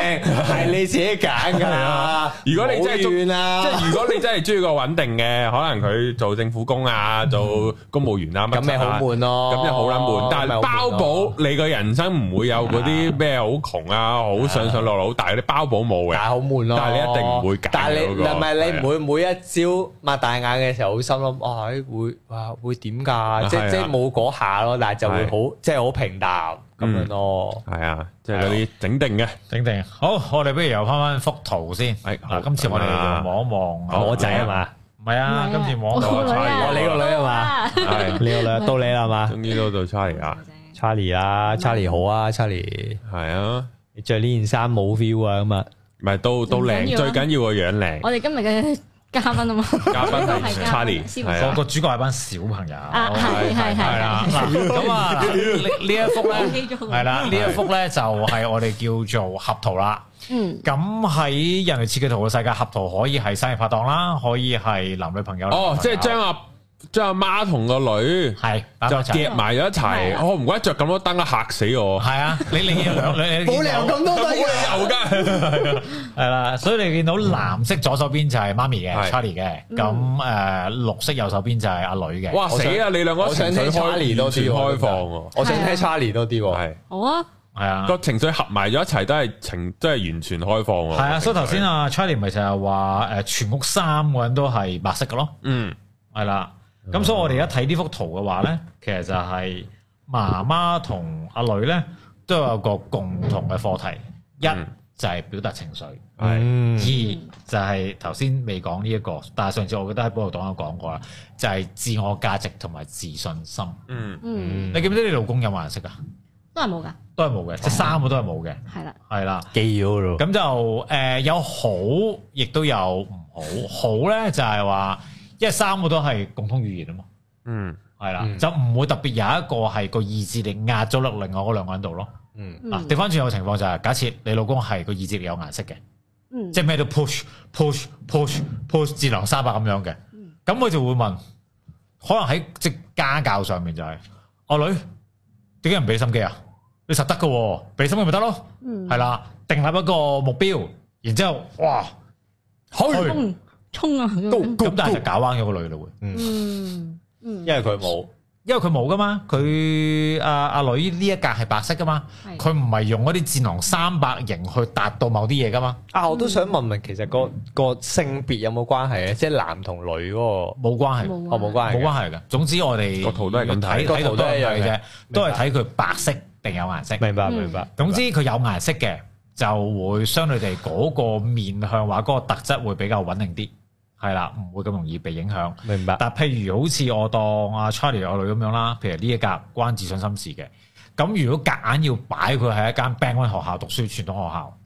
S3: 係你自己揀㗎啦。
S1: 如果你真係中
S3: 係啦，
S1: 即係如果你真係中意個穩定嘅，可能佢做政府工啊，做公務員啊，乜柒啊
S3: 咁咪好悶咯，
S1: 咁就好撚
S3: 哦
S1: 悶。但係包保你個人生唔會有嗰啲咩好窮啊，好上上落落好大嗰啲包保冇
S3: 但
S1: 嘅。
S3: 係啊好悶咯。
S1: 但係你一定唔會揀
S3: 但係你
S1: 嗰個
S3: 唔係你唔
S1: 係
S3: 會每一朝擘大眼嘅時候，好心諗啊，唉會哇會點㗎？即
S1: 係啊
S3: 即係冇嗰下咯，但係就會好即係好平淡咁樣咯。
S1: 係啊，即係嗰啲整定
S3: 啊
S1: 嘅。
S4: 整定好，我哋不如又翻翻幅圖先。
S1: 哎好
S3: 啊
S4: 嗱，今次我哋就望一望
S1: 好
S3: 我仔啊嘛，
S4: 唔係啊，今次望
S2: 我
S4: 一
S1: 個
S4: 望
S1: 女啊我
S2: 女啊，
S3: 你個女啊嘛
S2: 嘛？
S1: 係，
S3: 你個女到你啦嘛
S1: 終於都到 Charlie 啦，
S4: 啊
S3: ，Charlie 啦，Charlie 好啊，Charlie，
S1: 係啊，
S3: 你着呢件衫冇 feel 啊咁啊。
S1: 唔係到到
S2: 唔緊
S1: 靚，
S2: 要
S1: 最
S2: 啊
S1: 緊要個樣靚。
S2: 我哋今日嘅嘉賓啊嘛，
S1: 嘉賓
S2: 都
S1: 係
S2: 係嘉賓
S1: Charlie，
S2: 師傅
S1: 係
S4: 個
S1: 啊，
S4: 個主角係班小朋友。
S2: 啊係係
S4: 哦係啦，
S2: 係，
S4: 嗱咁啊，呢呢一幅
S2: 忘
S4: 咧
S2: 記咗
S4: 係啦，呢一幅咧就係我哋叫做合圖啦。
S2: 嗯，
S4: 咁喺人類設計圖嘅世界，合圖可以係生意拍檔啦，可以係男女朋友。
S1: 哦，即係將阿將阿媽同個女。
S4: 係
S3: 啊
S1: 就
S4: 係
S1: 夾埋咗一
S2: 啊
S1: 齊，我唔怪得着咁多燈啦，嚇死我！
S4: 係啊，你你有兩你冇
S3: 多
S2: 啊
S1: 冇理由㗎，
S4: 係啦，所以你見到藍色左手邊就係媽咪嘅
S1: 係
S4: Charlie 嘅，咁誒綠色右手邊就係阿女嘅。
S1: 哇
S3: 我
S1: 死
S3: 想
S1: 啊！你兩個
S3: 我想
S1: 情緒
S3: 聽
S1: 開
S3: Charlie 多啲喎
S1: 完全開放喎，
S3: 我想聽 Charlie 多啲喎。
S1: 係
S2: 好啊，
S4: 係啊，
S1: 個情緒合埋咗一齊都係情，都係完全開放喎。
S4: 係啊，所以頭先
S1: 啊，
S4: 啊 Charlie 咪成日話誒全屋三個人都係白色嘅咯，
S1: 嗯，
S4: 係啦。咁所以我哋而家睇呢幅圖嘅話咧，其實就係媽媽同阿女咧都有個共同嘅課題，一
S1: 嗯
S4: 就係表達情緒，
S1: 係
S4: 二
S3: 嗯
S4: 就係頭先未講呢一個，但係上次我覺得喺報道黨有講過啦，就係自我價值同埋自信心。
S1: 嗯
S2: 嗯，
S4: 你記唔記得你老公有冇顏色啊？
S2: 都係冇噶，
S4: 都係冇嘅，即係三個都係冇嘅，
S2: 係啦，
S4: 係啦。
S3: 記咗咯。
S4: 咁就誒、呃有好，亦都有唔好。好咧就係話，因為三個都係共通語言啊嘛，
S1: 嗯
S4: 係啦，
S3: 嗯
S4: 就唔會特別有一個係個意志力壓咗落另外嗰兩個人度咯。啊
S3: 嗯
S2: 嗯
S4: 嗱，調翻轉有個情況就係、假設你老公係個意志力有顏色嘅，
S2: 嗯，
S4: 即係咩都 push push push push 智能三百咁樣嘅，
S2: 嗯
S4: 咁佢就會問，可能喺即家教上面就係、我女點解唔俾心機啊？你實得嘅喎，俾心機咪得咯。
S2: 嗯
S4: 係啦，定立一個目標，然之後哇，去咁
S2: 衝衝啊，
S4: 但係就搞彎咗個女咯，會，
S2: 嗯嗯
S3: 因，為佢冇，
S4: 因為佢冇噶嘛，佢阿阿女呢一格係白色噶嘛，
S2: 係
S4: 佢唔係用嗰啲戰狼三百型去達到某啲嘢噶嘛，
S3: 啊，我都想問問，其實個個性別有冇關係咧？即係男同女嗰個，
S4: 冇關係，
S2: 冇
S3: 哦冇關係
S4: 冇
S3: 嘅，
S4: 關係嘅。總之我哋
S1: 個圖都係咁睇
S4: 睇
S3: 個
S4: 到
S3: 圖
S4: 都
S3: 都
S4: 係
S3: 係一樣
S4: 睇
S3: 嘅
S4: 啫，都係
S3: 明
S4: 睇佢白色定有顏色。
S3: 明白
S2: 嗯
S3: 明白。
S4: 總之佢有顏色嘅就會相對地嗰個面向或者嗰個特質會比較穩定啲，係啦，唔會咁容易被影響。
S3: 明白，
S4: 但譬如好似我當阿 Charlie 我女咁樣啦，譬如呢一格關自信心事嘅，咁如果夾硬要擺佢喺一間 band one 學校讀書傳統學校，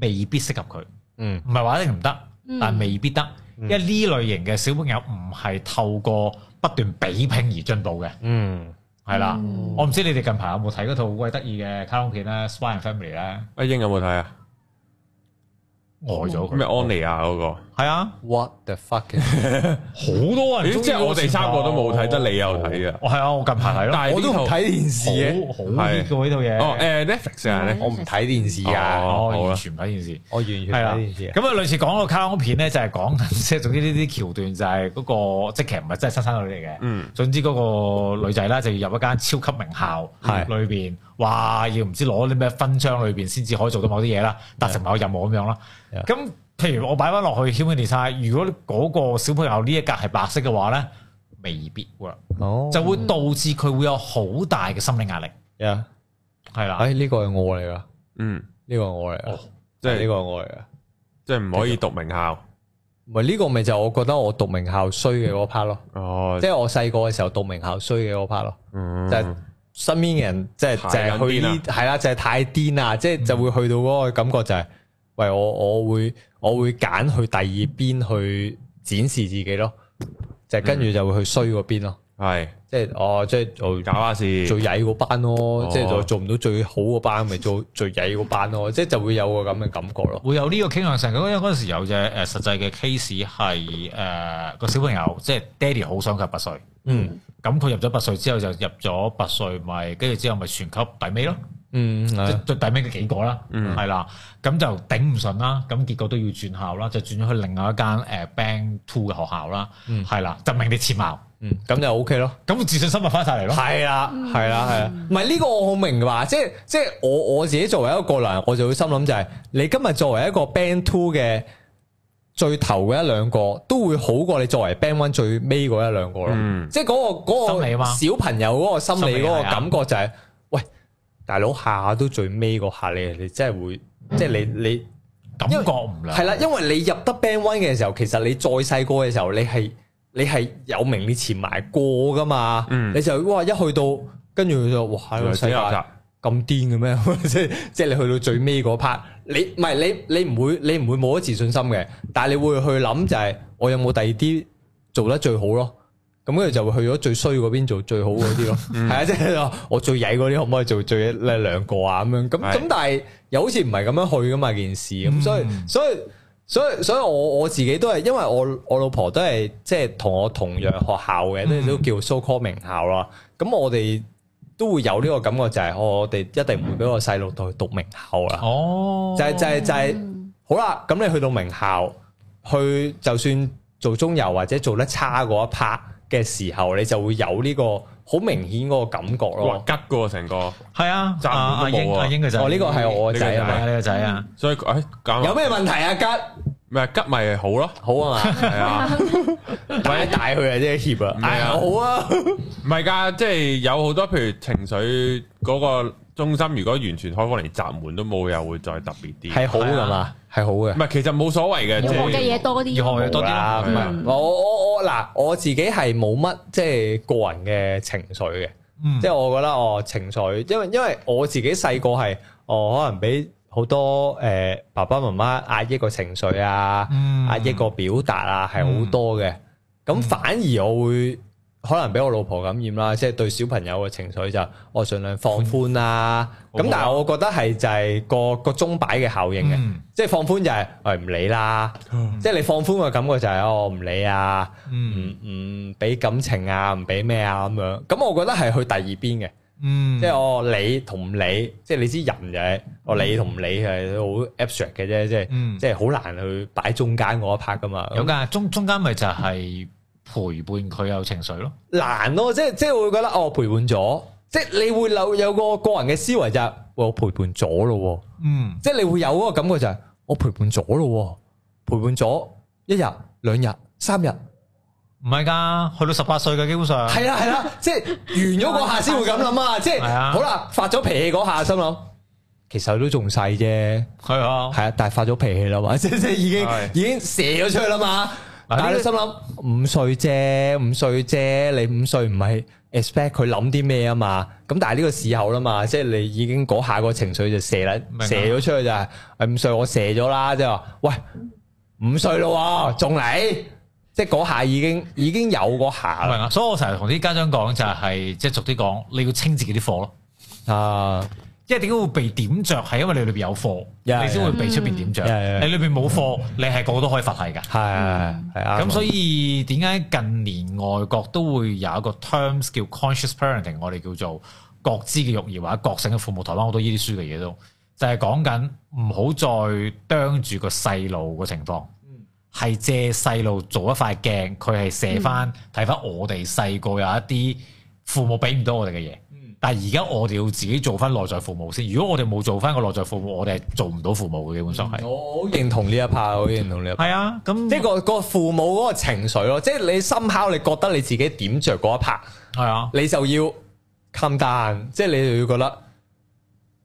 S4: 未必適合佢，
S3: 嗯
S4: 唔係話一定唔得，
S2: 嗯
S4: 但未必得，因為呢類型嘅小朋友唔係透過不斷比拼而進步嘅，
S3: 嗯，
S4: 係啦。
S2: 嗯
S4: 我唔知你哋近排有冇睇嗰套好鬼得意嘅卡通片咧《Spy and Family》咧，
S1: 阿英有冇睇啊？
S4: 呆咗佢
S1: 咩安妮亞嗰個？
S4: 係啊，
S3: What the fuck？
S4: 好多人
S1: 咦
S4: 鍾意
S1: 即係我哋三個都冇睇得你有睇嘅
S4: 嘅，我係啊，我近排睇咯，
S1: 但係呢套
S3: 電，
S4: 好好 hit 嘅呢套嘢，
S1: 哦，誒 Netflix 啊
S2: 嗯
S1: ，Netflix
S3: 我唔睇電視
S1: 哦
S3: 啊，
S1: 好
S4: 我
S1: 啦
S4: 完全唔睇件事。
S3: 我完全唔
S4: 係啦
S3: 睇電視，啊。
S4: 咁啊，類似講個卡通片咧，就係講緊即係總之呢啲橋段就係嗰、個即係其實唔係真係親生女嚟嘅。
S1: 嗯，
S4: 總之嗰個女仔啦，就要入一間超級名校
S3: 係
S4: 裏邊，哇！要唔知攞啲咩勳章裏邊先至可以做到某啲嘢啦，達成某個任務咁樣啦。
S3: Yeah.
S4: 咁譬如我擺翻落去 human design，如果嗰個小朋友呢一格係白色嘅話咧，未必 work，
S3: 哦
S4: 就會導致佢會有好大嘅心理壓力。
S3: 呀，
S4: 係啦，
S3: 哎呢個係我嚟噶，
S1: 嗯，
S3: 呢個我嚟㗎，哎
S1: 即
S3: 呢
S1: 係
S3: 個我嚟嘅。
S1: 即係唔可以讀名校。
S3: 唔係呢個咪就係我覺得我讀名校衰嘅嗰 part 咯，
S1: 哦
S3: 即，係我細個嘅時候讀名校衰嘅嗰 part 咯。
S1: 嗯
S3: 就係身邊嘅人即係就
S1: 太
S3: 係去呢
S1: 癲啊
S3: 係啦，就係太癲啦，即係就會去到嗰個感覺就係，喂我我會我會揀去第二邊去展示自己咯，就係
S1: 嗯
S3: 跟住就會去衰嗰邊咯，
S1: 係
S3: 即係哦即係做
S1: 搞下事。
S3: 最曳嗰班咯，即係就
S1: 嗯哦
S3: 做唔到最好嗰班，咪做最曳嗰班咯，即係就會有個咁嘅感覺咯。
S4: 會有呢個傾向性。因為嗰陣時有隻誒實際嘅 case 係誒個小朋友，即係爹哋好想佢入拔萃，
S3: 嗯
S4: 咁佢入咗拔萃之後就入咗拔萃，咪跟住之後咪全級第尾咯，
S3: 嗯，係
S4: 即
S3: 啊
S4: 係最第尾嘅幾個啦，
S1: 嗯
S4: 係啦，咁就頂唔順啦，咁結果都要轉校啦，就轉咗去另外一間誒 Band Two 嘅學校啦，
S3: 嗯
S4: 係啦，就名列前茅，
S3: 嗯，咁就 OK 咯。
S4: 咁自信心咪翻晒嚟咯。嗯
S3: 係啦，係啦，係啦，啊唔係呢個我好明白，即係即係我我自己作為一個過來人，我就會心諗就係、你今日作為一個 band two 嘅最頭嘅一兩個，都會好過你作為 band one 最尾嗰一兩個咯。
S1: 嗯
S3: 即係嗰、個嗰
S4: 心理啊
S3: 個
S4: 嘛
S3: 小朋友嗰個心理嗰
S4: 心理
S3: 個
S4: 係啊
S3: 感覺就係、喂，大佬下下都最尾嗰下你你真係會，即係你你
S4: 感覺唔良
S3: 係啦，因為你入得 band one 嘅時候，其實你再細個嘅時候，你係你係有名列前茅過噶嘛，
S1: 嗯
S3: 你就哇一去到，跟住佢就哇喺個世界
S1: 垃圾
S3: 咁癲嘅咩？ 即係即係你去到最尾嗰 part，你唔係你你唔會你唔會冇咗自信心嘅，但係你會去諗就係、我有冇第二啲做得最好咯。咁跟住就會去咗最衰嗰邊做最好嗰 啲咯，係
S4: 嗯
S3: 啊，即係我最曳嗰啲可唔可以做最叻兩個啊咁樣？咁
S1: 係
S3: 咁但係又好似唔係咁樣去噶嘛件事，咁
S4: 嗯
S3: 所以所以所以所以我我自己都係因為我我老婆都係即係同我同樣學校嘅，
S4: 嗯
S3: 都都叫 so call 名校啦。咁我哋都會有呢個感覺就係、哦我哋一定唔會俾個細路去讀名校啦。
S4: 哦，
S3: 就係就係就係
S2: 嗯
S3: 好啦，咁你去到名校，去就算做中游或者做得差嗰一 part 嘅時候，你就會有呢個好明顯嗰個感覺
S1: 哇，
S3: 咯。
S1: 吉噶成個，
S4: 係啊，
S1: 暫緩
S4: 阿阿
S1: 都冇
S4: 英
S1: 啊
S4: 阿英嘅仔，
S3: 哦，呢個係我個仔
S4: 係
S3: 啊
S4: 啊
S3: 嘛，
S4: 呢個仔啊。
S1: 所以诶，搞
S3: 有咩問題啊？吉
S1: 咩吉咪好咯？
S3: 好啊嘛，
S1: 係啊，
S3: 喂， 大佢啊，真係怯啊
S1: 唔，係啊
S3: 哎呀好啊，
S1: 唔係㗎，即係有好多譬如情緒嗰個中心，如果完全開放連閘門都冇，又會再特別啲。
S3: 係好噶嘛，係好嘅
S1: 唔。係，其實冇所謂嘅，
S2: 要
S1: 即
S2: 學
S1: 係
S2: 嘅嘢多啲，嗯
S4: 要學嘅
S3: 冇
S4: 多啲啊
S3: 啦，啊
S4: 啦
S3: 唔係我我我嗱，我自己係冇乜即係個人嘅情緒嘅，
S4: 嗯，
S3: 即係我覺得哦情緒，因為因為我自己細個係哦可能俾好多誒爸爸媽媽壓抑個情緒啊，
S4: 嗯
S3: 壓抑個表達啊係好多嘅，咁反而我會。可能俾我老婆感染啦，即係對小朋友嘅情緒就我盡量放寬啦。
S1: 好
S4: 嗯
S3: 咁
S1: 好啊
S3: 但係我覺得係就係個個鐘擺嘅效應嘅，
S4: 嗯
S3: 即係放寬就係誒唔理啦，即係你放寬嘅感覺就係、哦唔理啊，
S4: 嗯
S3: 唔唔俾感情啊，唔俾咩啊咁樣。咁我覺得係去第二邊嘅，
S4: 嗯，
S3: 即係我理同唔理，即係你知人就係我理同唔理係好 abstract 嘅啫，即係、
S4: 嗯
S3: 即係好難去擺中間嗰一 part 噶嘛。
S4: 有噶中中間咪就係陪伴佢有情緒咯，
S3: 難咯，即係即係會覺得哦陪伴咗，即係你會有有個個人嘅思維就係、喂我陪伴咗咯喎。
S4: 嗯
S3: 即係你會有嗰個感覺就係我陪伴咗咯喎，陪伴咗一日、兩日、三日，
S4: 唔係噶，去到十八歲嘅基本上
S3: 係啊啦係啦，即係完咗嗰下先會咁諗 啊！即係
S4: 係啊
S3: 好啦，發咗脾氣嗰下心諗，其實都仲細啫，
S4: 係啊，
S3: 係啊，但係發咗脾氣啦嘛，即 即係已經
S1: 係
S3: 已經射咗出去啦嘛。
S4: 嗱
S3: 但係
S4: 呢
S3: 你心諗五歲啫，五歲啫，你五歲唔係 expect 佢諗啲咩啊嘛？咁但係呢個時候啦嘛，即係你已經嗰下個情緒就射啦，
S4: 明啊
S3: 射咗出去就係、誒五歲我射咗啦，即係話喂五歲咯喎，仲嚟，即係嗰下已經已經有嗰下
S4: 明
S3: 啦
S4: 啊，所以我成日同啲家長講就係即係俗啲講，你要清自己啲貨咯。
S3: 啊，
S4: 因為點解會被點着係因為你裏邊有貨，
S3: Yeah,
S4: 你先會被出邊點着。
S3: yeah, yeah.
S4: 你裏邊冇貨，你係個個都可以佛系
S3: 係係
S4: 㗎。
S3: 係啱啊。
S4: 嗯咁所以點解近年外國都會有一個 terms 叫 conscious parenting，我哋叫做覺知嘅育兒或者覺醒嘅父母，台灣好多呢啲書嘅嘢都就係講緊唔好再啄住個細路個情況，係、借細路做一塊鏡，佢係射翻睇翻我哋細個有一啲父母俾唔到我哋嘅嘢。但係而家我哋要自己做翻內在父母先。如果我哋冇做翻個內在父母，我哋係做唔到父母嘅，基本上係。
S3: 我好認同呢一嗯 part，我好認同呢一 part。
S4: 係啊，咁
S3: 即係個個父母嗰個情緒咯，即係你深烤，你覺得你自己點着嗰一 part，
S4: 係啊，
S3: 你就要 calm down，即係你就要覺得，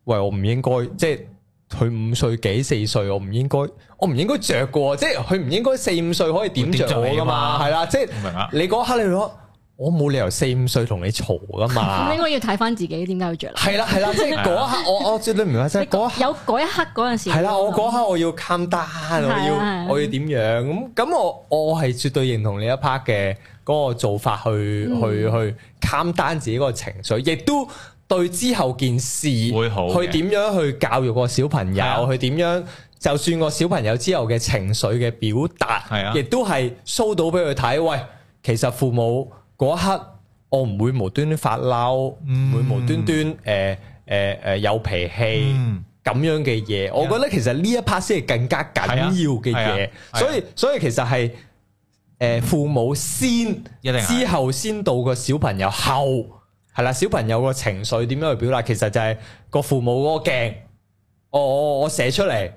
S3: 喂，我唔應該，即係佢五歲幾四歲，我唔應該，我唔應該着嘅喎，即係佢唔應該四五歲可以點着我噶嘛，
S4: 會點著你㗎嘛
S3: 係啦，即係
S4: 明啊
S3: 你嗰刻你攞，我冇理由四五歲同你嘈噶嘛
S2: 咁應，該要睇翻自己點解要着啦。
S3: 係啦係啦，即係嗰一刻我我絕對唔明白，即係
S2: 你
S3: 嗰一刻。
S2: 有嗰一刻嗰陣時，
S3: 係啦，我嗰刻我要 calm down，我
S2: 係啊係啊
S3: 要我要點樣咁咁我我係絕對認同你一 part 嘅嗰個做法去、
S2: 嗯
S3: 去去 calm down 自己個情緒，亦都對之後件事
S4: 會好嘅
S3: 去點樣去教育個小朋
S4: 係啊
S3: 友，去點樣就算個小朋友之後嘅情緒嘅表達，
S4: 係啊
S3: 亦都係 show 到俾佢睇，喂，其實父母嗰一刻我唔會無端端發嬲，唔、
S4: 嗯
S3: 會無端端誒誒誒有脾氣。
S4: 嗯
S3: 咁樣嘅嘢，我覺得其實呢一 part 先係更加緊要嘅
S4: 係啊係
S3: 嘢
S4: 啊係，啊
S3: 所以所以其實係誒、呃父母先，
S4: 一定係
S3: 之後先到個小朋友後，係啦，小朋友個情緒點樣去表達，其實就係個父母嗰個鏡，我我我寫出嚟，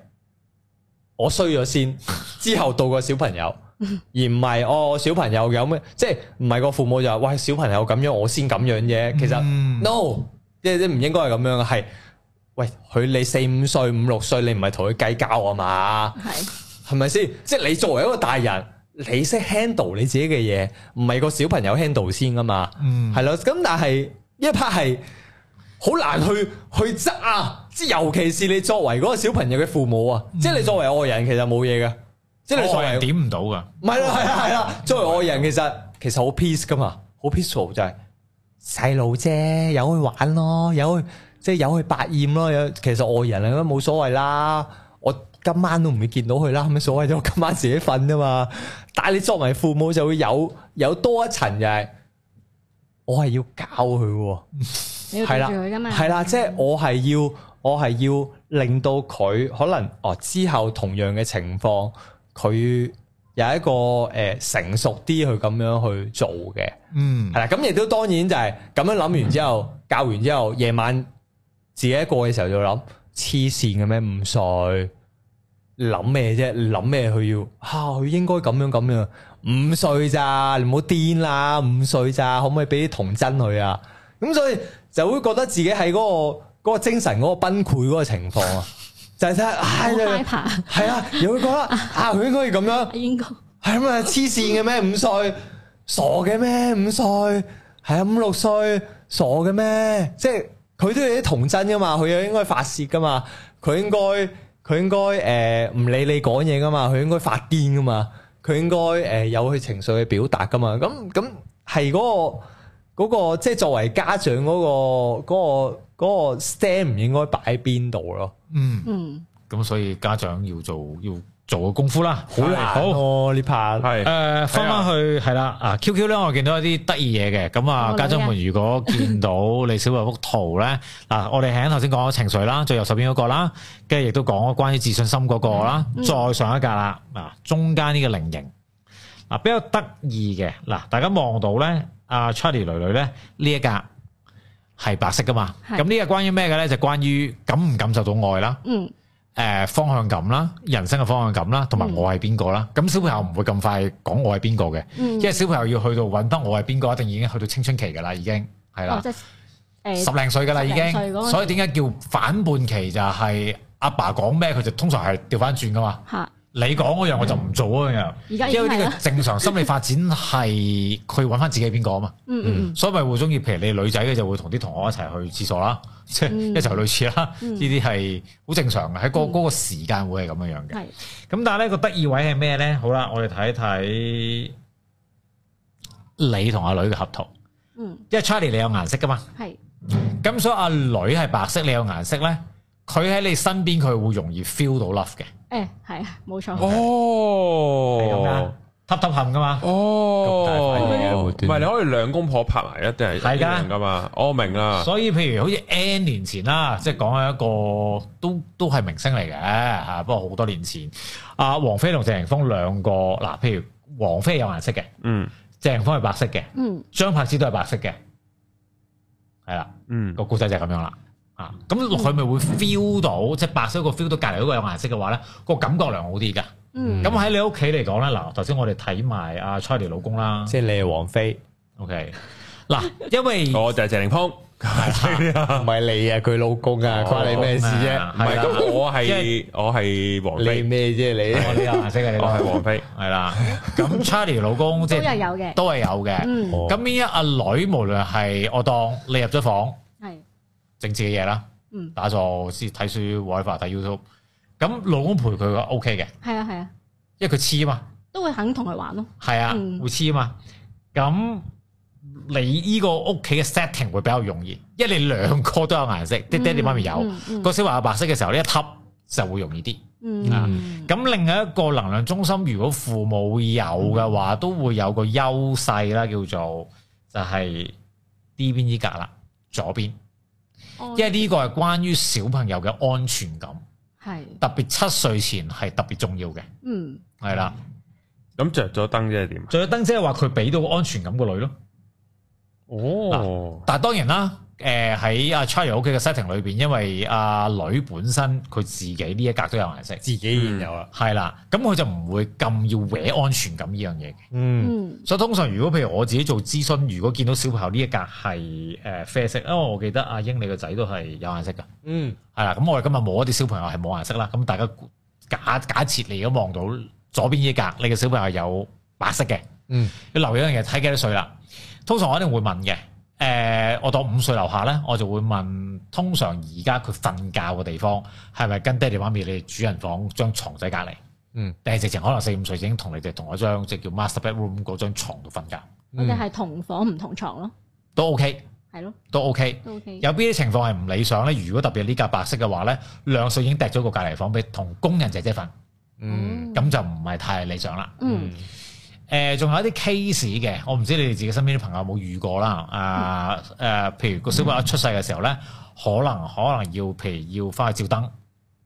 S3: 我衰咗先， 之後到個小朋友。而唔係哦，小朋友有咩，即係唔係個父母就話喂小朋友咁樣，我先咁樣啫。其實、
S4: 嗯
S3: no，即係即係唔應該係咁樣嘅，係喂佢你四五歲、五六歲，你唔係同佢計較啊嘛，
S2: 係
S3: 係咪先？即係你作為一個大人，你識 handle 你自己嘅嘢，唔係個小朋友 handle 先噶嘛，
S4: 嗯
S3: 係咯、咁但係呢一 part 係好難去去執啊，即係尤其是你作為嗰個小朋友嘅父母啊，即係你作為外人其實冇嘢嘅，即係你作
S4: 我
S3: 為
S4: 係。點唔到噶，
S3: 唔係啦，係啦，係啦。作為外人，其實其實好 peace 噶嘛，好 peaceful 就係細路啫，有去玩咯，有去即係有去百厭咯。有其實外人嚟講冇所謂啦，我今晚都唔會見到佢啦，有咩所謂啫？我今晚自己瞓啫嘛。但係你作為父母就會有有多一層就係、我係要教佢喎。
S2: 你要
S3: 係啦
S2: 對住佢噶嘛？
S3: 係啊啦，即係我係要，我係要令到佢可能哦之後同樣嘅情況，佢有一個誒、呃成熟啲去咁樣去做嘅，
S4: 嗯
S3: 係啦。咁亦都當然就係咁樣諗完之後，教完之後，夜晚自己一個嘅時候就諗黐線嘅咩五歲。諗咩啫？諗咩佢要啊？佢應該咁樣咁樣。五歲咋？你唔好癲啦！五歲咋？可唔可以俾啲童真佢啊？咁所以就會覺得自己喺嗰、個嗰個精神嗰個崩潰嗰個情況啊，就係睇下
S2: 好
S3: 唉，
S2: hyper
S3: 係啊，又會覺得啊，佢應該要咁樣。
S2: 應該
S3: 係咁啊，黐線嘅咩？五歲傻嘅咩？五歲係啊，五六歲傻嘅咩？即係佢都有啲童真噶嘛，佢又應該發泄噶嘛，佢應該佢應該誒唔理你講嘢噶嘛，佢應該發癲噶嘛，佢應該誒、呃有佢情緒嘅表達噶嘛，咁咁係嗰個。嗰、個即係作為家長嗰、個嗰、個嗰、個 stand 唔應該擺喺邊度咯，
S4: 嗯，
S2: 嗯
S4: 咁所以家長要做要做個功夫啦，
S3: 好難
S4: 好。
S3: 咯呢 part。
S1: 係
S4: 誒，翻翻去係啦，啊 QQ 咧，我見到一啲得意嘢嘅，咁
S2: 我
S4: 啊，
S2: 女啊
S4: 家長們如果見 到你小朋友幅圖咧，嗱，我哋喺頭先講咗情緒啦，最右手邊嗰個啦，跟住亦都講咗關於自信心嗰個啦，再上一格啦，嗱，中間呢個菱形，嗱，比較得意嘅，嗱，大家望到咧，阿 Charlie 女女咧呢一格係白色噶嘛，
S2: 係
S4: 咁呢個關於咩嘅咧？就關於感唔感受到愛啦。
S2: 嗯
S4: 誒、呃方向感啦，人生嘅方向感啦，同埋我係邊個啦。咁、小朋友唔會咁快講我係邊個嘅，
S2: 嗯
S4: 因，為小朋友要去到揾得我係邊個，一定已經去到青春期㗎啦，已經係
S2: 哦
S4: 啦，
S2: 即係
S4: 十
S2: 誒
S4: 零歲㗎啦已
S2: 十零歲嗰陣
S4: 經。
S2: 時
S4: 所以點解叫反叛期就係阿爸講咩，佢就通常係調翻轉㗎嘛。
S2: 嚇，
S4: 你講嗰樣我就唔做嗰樣，
S2: 而家已
S4: 因
S2: 經
S4: 為
S2: 係
S4: 呢
S2: 啦
S4: 個，正常心理發展係佢揾翻自己係邊個啊嘛。
S2: 嗯嗯
S4: 所以咪會中意，譬如你女仔嘅就會同啲同學一齊去廁所啦，即係
S2: 嗯
S4: 一齊去女廁啦，
S2: 嗯
S4: 呢啲係好正常嘅，喺嗰
S2: 嗯
S4: 嗰個時間會係咁樣樣
S2: 嗯，
S4: 嘅。
S2: 係
S4: 咁但係呢個得意位係咩咧？好啦，我哋睇一睇你同阿女嘅合圖，
S2: 嗯
S4: 因為 Charlie 你有顏色噶嘛，
S2: 係
S4: 咁所以阿女係白色，你有顏色咧，佢喺你身邊佢會容易 feel 到 love 嘅，
S2: 誒係啊冇錯，
S4: 係咁
S1: 哦
S4: 噶。，揼揼冚噶嘛，
S3: 咁大塊嘢
S1: 哦，唔
S3: 無
S1: 係
S3: 端
S1: 你可以兩公婆拍埋一定係
S4: 係㗎
S1: 一樣噶嘛？我明啦，
S4: 所以譬如好似 N 年前啦，即係講緊一個都都係明星嚟嘅嚇，不過好多年前，阿黃飛同謝霆鋒兩個嗱，譬如黃飛有顏色嘅，
S1: 嗯
S4: 謝霆鋒係白色嘅，
S2: 嗯
S4: 張柏芝都係白色嘅，係啦，
S1: 嗯
S4: 個故仔就係咁樣啦。啊，咁佢咪會 feel 到，即係白色個 feel 到隔離嗰個有顏色嘅話咧，個感覺良好啲㗎。
S2: 嗯
S4: 咁喺你屋企嚟講咧，嗱，頭先我哋睇埋阿 Charlie 老公啦
S3: 即係你係王菲。
S4: ，OK，嗱，因為
S3: 哦
S1: 我就係謝霆鋒，
S3: 唔係你啊，佢老公啊，關你咩事
S4: à.
S3: 啫？
S1: 唔係
S4: 係啦
S1: 咁，我係
S4: 即
S1: 我係王
S3: 你
S1: 菲，
S3: 咩啫你？
S4: 我哦呢個顏色嘅你
S3: 哦
S1: 我係王菲，
S4: 係啦。咁 Charlie 老公即
S2: 都又
S4: 係
S2: 有嘅，
S4: 都係有嘅。
S2: 嗯，
S3: 哦
S4: 咁呢一阿女無論係我當你入咗房
S2: 係，
S4: 政治嘅嘢啦，
S2: 嗯，
S4: 打坐先睇書、WiFi 睇 YouTube，咁老公陪佢嘅 OK 嘅，
S2: 係啊係啊，
S4: 因為佢黐啊嘛，
S2: 都會肯同佢玩咯，
S4: 係啊，
S2: 嗯
S4: 會黐啊嘛。咁你呢個屋企嘅 setting 會比較容易，因為你兩個都有顏色，啲爹哋媽咪有，
S2: 嗯，嗯
S4: 個小朋友白色嘅時候呢一沓就會容易啲。
S2: 嗯嗯，
S4: 咁另外一個能量中心，如果父母有嘅
S2: 嗯
S4: 話，都會有個優勢啦，叫做就係呢邊依格啦，左邊，
S2: 哦
S4: 因為呢個係關於小朋友嘅安全感，
S2: 係，
S4: 特別七歲前係特別重要嘅，
S2: 嗯，
S4: 係啦。
S1: 咁着咗燈即係點啊？
S4: 仲有燈姐話佢俾到個安全感個女咯，
S1: 哦，
S4: 但係當然啦，誒喺阿 Charlie 屋企嘅 setting 裏邊，因為阿女本身佢自己呢一格都有顏色，
S3: 自己現有啦。
S4: 係啦，咁佢就唔會咁要搲安全感呢樣嘢嘅。
S3: 嗯，
S2: 嗯，
S4: 所以通常如果譬如我自己做諮詢，如果見到小朋友呢一格係誒啡色，因為我記得阿英你個仔都係有顏色㗎，
S3: 嗯，
S4: 係啦。咁我哋今日冇一啲小朋友係冇顏色啦。咁大家估假假設你而家望到左邊呢一格，你嘅小朋友有白色嘅，
S3: 嗯，
S4: 要留意一樣嘢，睇幾多歲啦。通常我一定會問嘅，誒、我當五歲樓下咧，我就會問，通常而家佢瞓覺嘅地方係咪跟爹哋媽咪你哋主人房張床仔隔離？
S3: 嗯，
S4: 定係直情可能四五歲已經同你哋同一張即係叫 master bedroom 嗰張床度瞓覺。
S3: ừ,
S2: 我
S3: 嗯
S2: 哋係同房唔同床咯，
S4: 都 OK，
S2: 係咯，
S4: 都 OK。
S2: 都 OK，
S4: 有邊啲情況係唔理想咧？如果特別呢架白色嘅話咧，兩歲已經掟咗個隔離房俾同工人姐姐瞓，
S2: Ừ.
S3: 嗯，
S4: 咁就唔係太理想啦。
S3: Ừ.
S2: 嗯，
S4: 誒、仲有一啲 case 嘅，我唔知你哋自己身邊啲朋友有冇遇過啦。啊、誒、譬如個小朋友出世嘅時候咧，可能可能要譬如要翻去照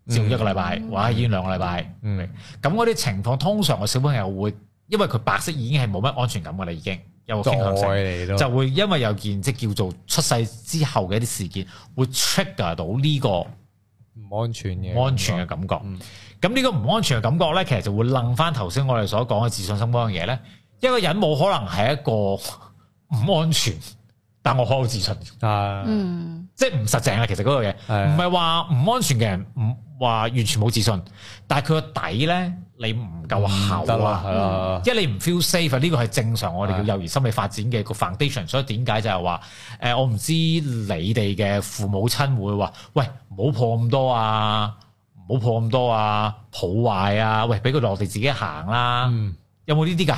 S4: 燈，照一個禮拜，或者喺醫院兩個禮拜。
S3: 嗯，
S4: 咁嗰啲情況通常個小朋友會，因為佢白色已經係冇乜安全感噶啦，已經有個
S3: 再
S4: 傾向性。
S3: 嚟都
S4: 就會因為有件即叫做出世之後嘅一啲事件，會 trigger 到呢個
S3: 唔安全嘅，
S4: 唔安全嘅感覺。
S3: 嗯
S4: 咁呢、個唔安全嘅感覺呢，其實就會楞翻頭先我哋所講嘅自信心嗰樣嘢呢。一個人冇可能係一個唔安全， 但我好有自信，
S3: 啊，
S2: 嗯，
S4: 即係唔實淨啊。其實嗰個嘢
S3: 係
S4: 唔係話唔安全嘅人，唔話完全冇自信，但係佢個底呢，你唔夠
S3: 唔得
S4: 厚
S3: 啦，
S4: 啊。
S3: 係啦，
S4: 因為你唔 feel safe 啊，呢個係正常，我哋
S3: 係
S4: 叫幼兒心理發展嘅個 foundation。所以點解就係話，誒、我唔知你哋嘅父母親會話，喂，唔好破咁多啊，唔好破咁多啊，抱壞啊，喂，俾佢落地自己行啦、
S3: 嗯，
S4: 有冇呢啲㗎？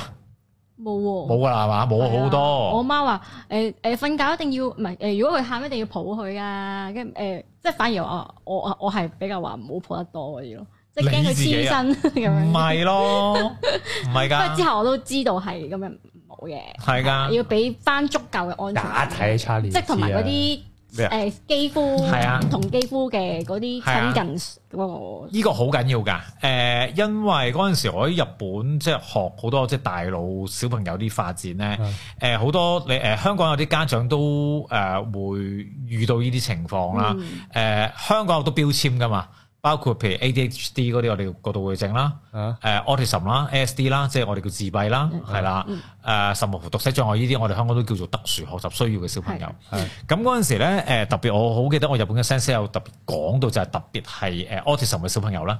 S2: 冇喎。啊
S4: 冇㗎啦，係嘛？冇好
S2: 我
S4: 多，
S2: 媽話：誒誒，瞓覺一定要唔係誒，如果佢喊一定要抱佢啊，跟住誒，即係反而我我我係比較話唔好抱得多嗰啲咯，即係驚
S4: 你
S2: 佢
S4: 自己
S2: 黐
S4: 啊
S2: 身咁樣。
S4: 唔係咯，唔係
S2: 不過之
S4: 㗎，
S2: 後我都知道係咁樣唔好嘅，
S4: 係㗎，
S2: 要俾翻足夠嘅安全
S3: 假
S2: 感，
S3: 睇 ừ, Charlie，ờ,
S2: 即係同埋嗰啲
S1: 咩啊？
S2: 誒肌膚
S4: 係啊。
S2: 同肌膚嘅嗰啲
S4: 係
S2: 親
S4: 啊
S2: 近嗰個
S4: 呢個好緊要㗎，誒、因為嗰陣時我喺日本即係學好多即係大腦小朋友啲發展咧，誒
S3: 嗯
S4: 好、多你誒、香港有啲家長都誒、會遇到呢啲情況啦，誒、
S2: 嗯
S4: 香港有好多標籤㗎嘛，包括譬如 ADHD 嗰啲我哋過度會症啦，
S3: 啊
S4: 誒、，autism 啦、ASD 啦，即係我哋叫自閉啦，係啦、誒、甚至乎讀寫障礙呢啲，我哋香港都叫做特殊學習需要嘅小朋友。
S3: 係
S4: 咁嗰陣時咧，誒、特別我好記得我日本嘅 sense 有特別講到就係特別係誒 autism 嘅小朋友啦。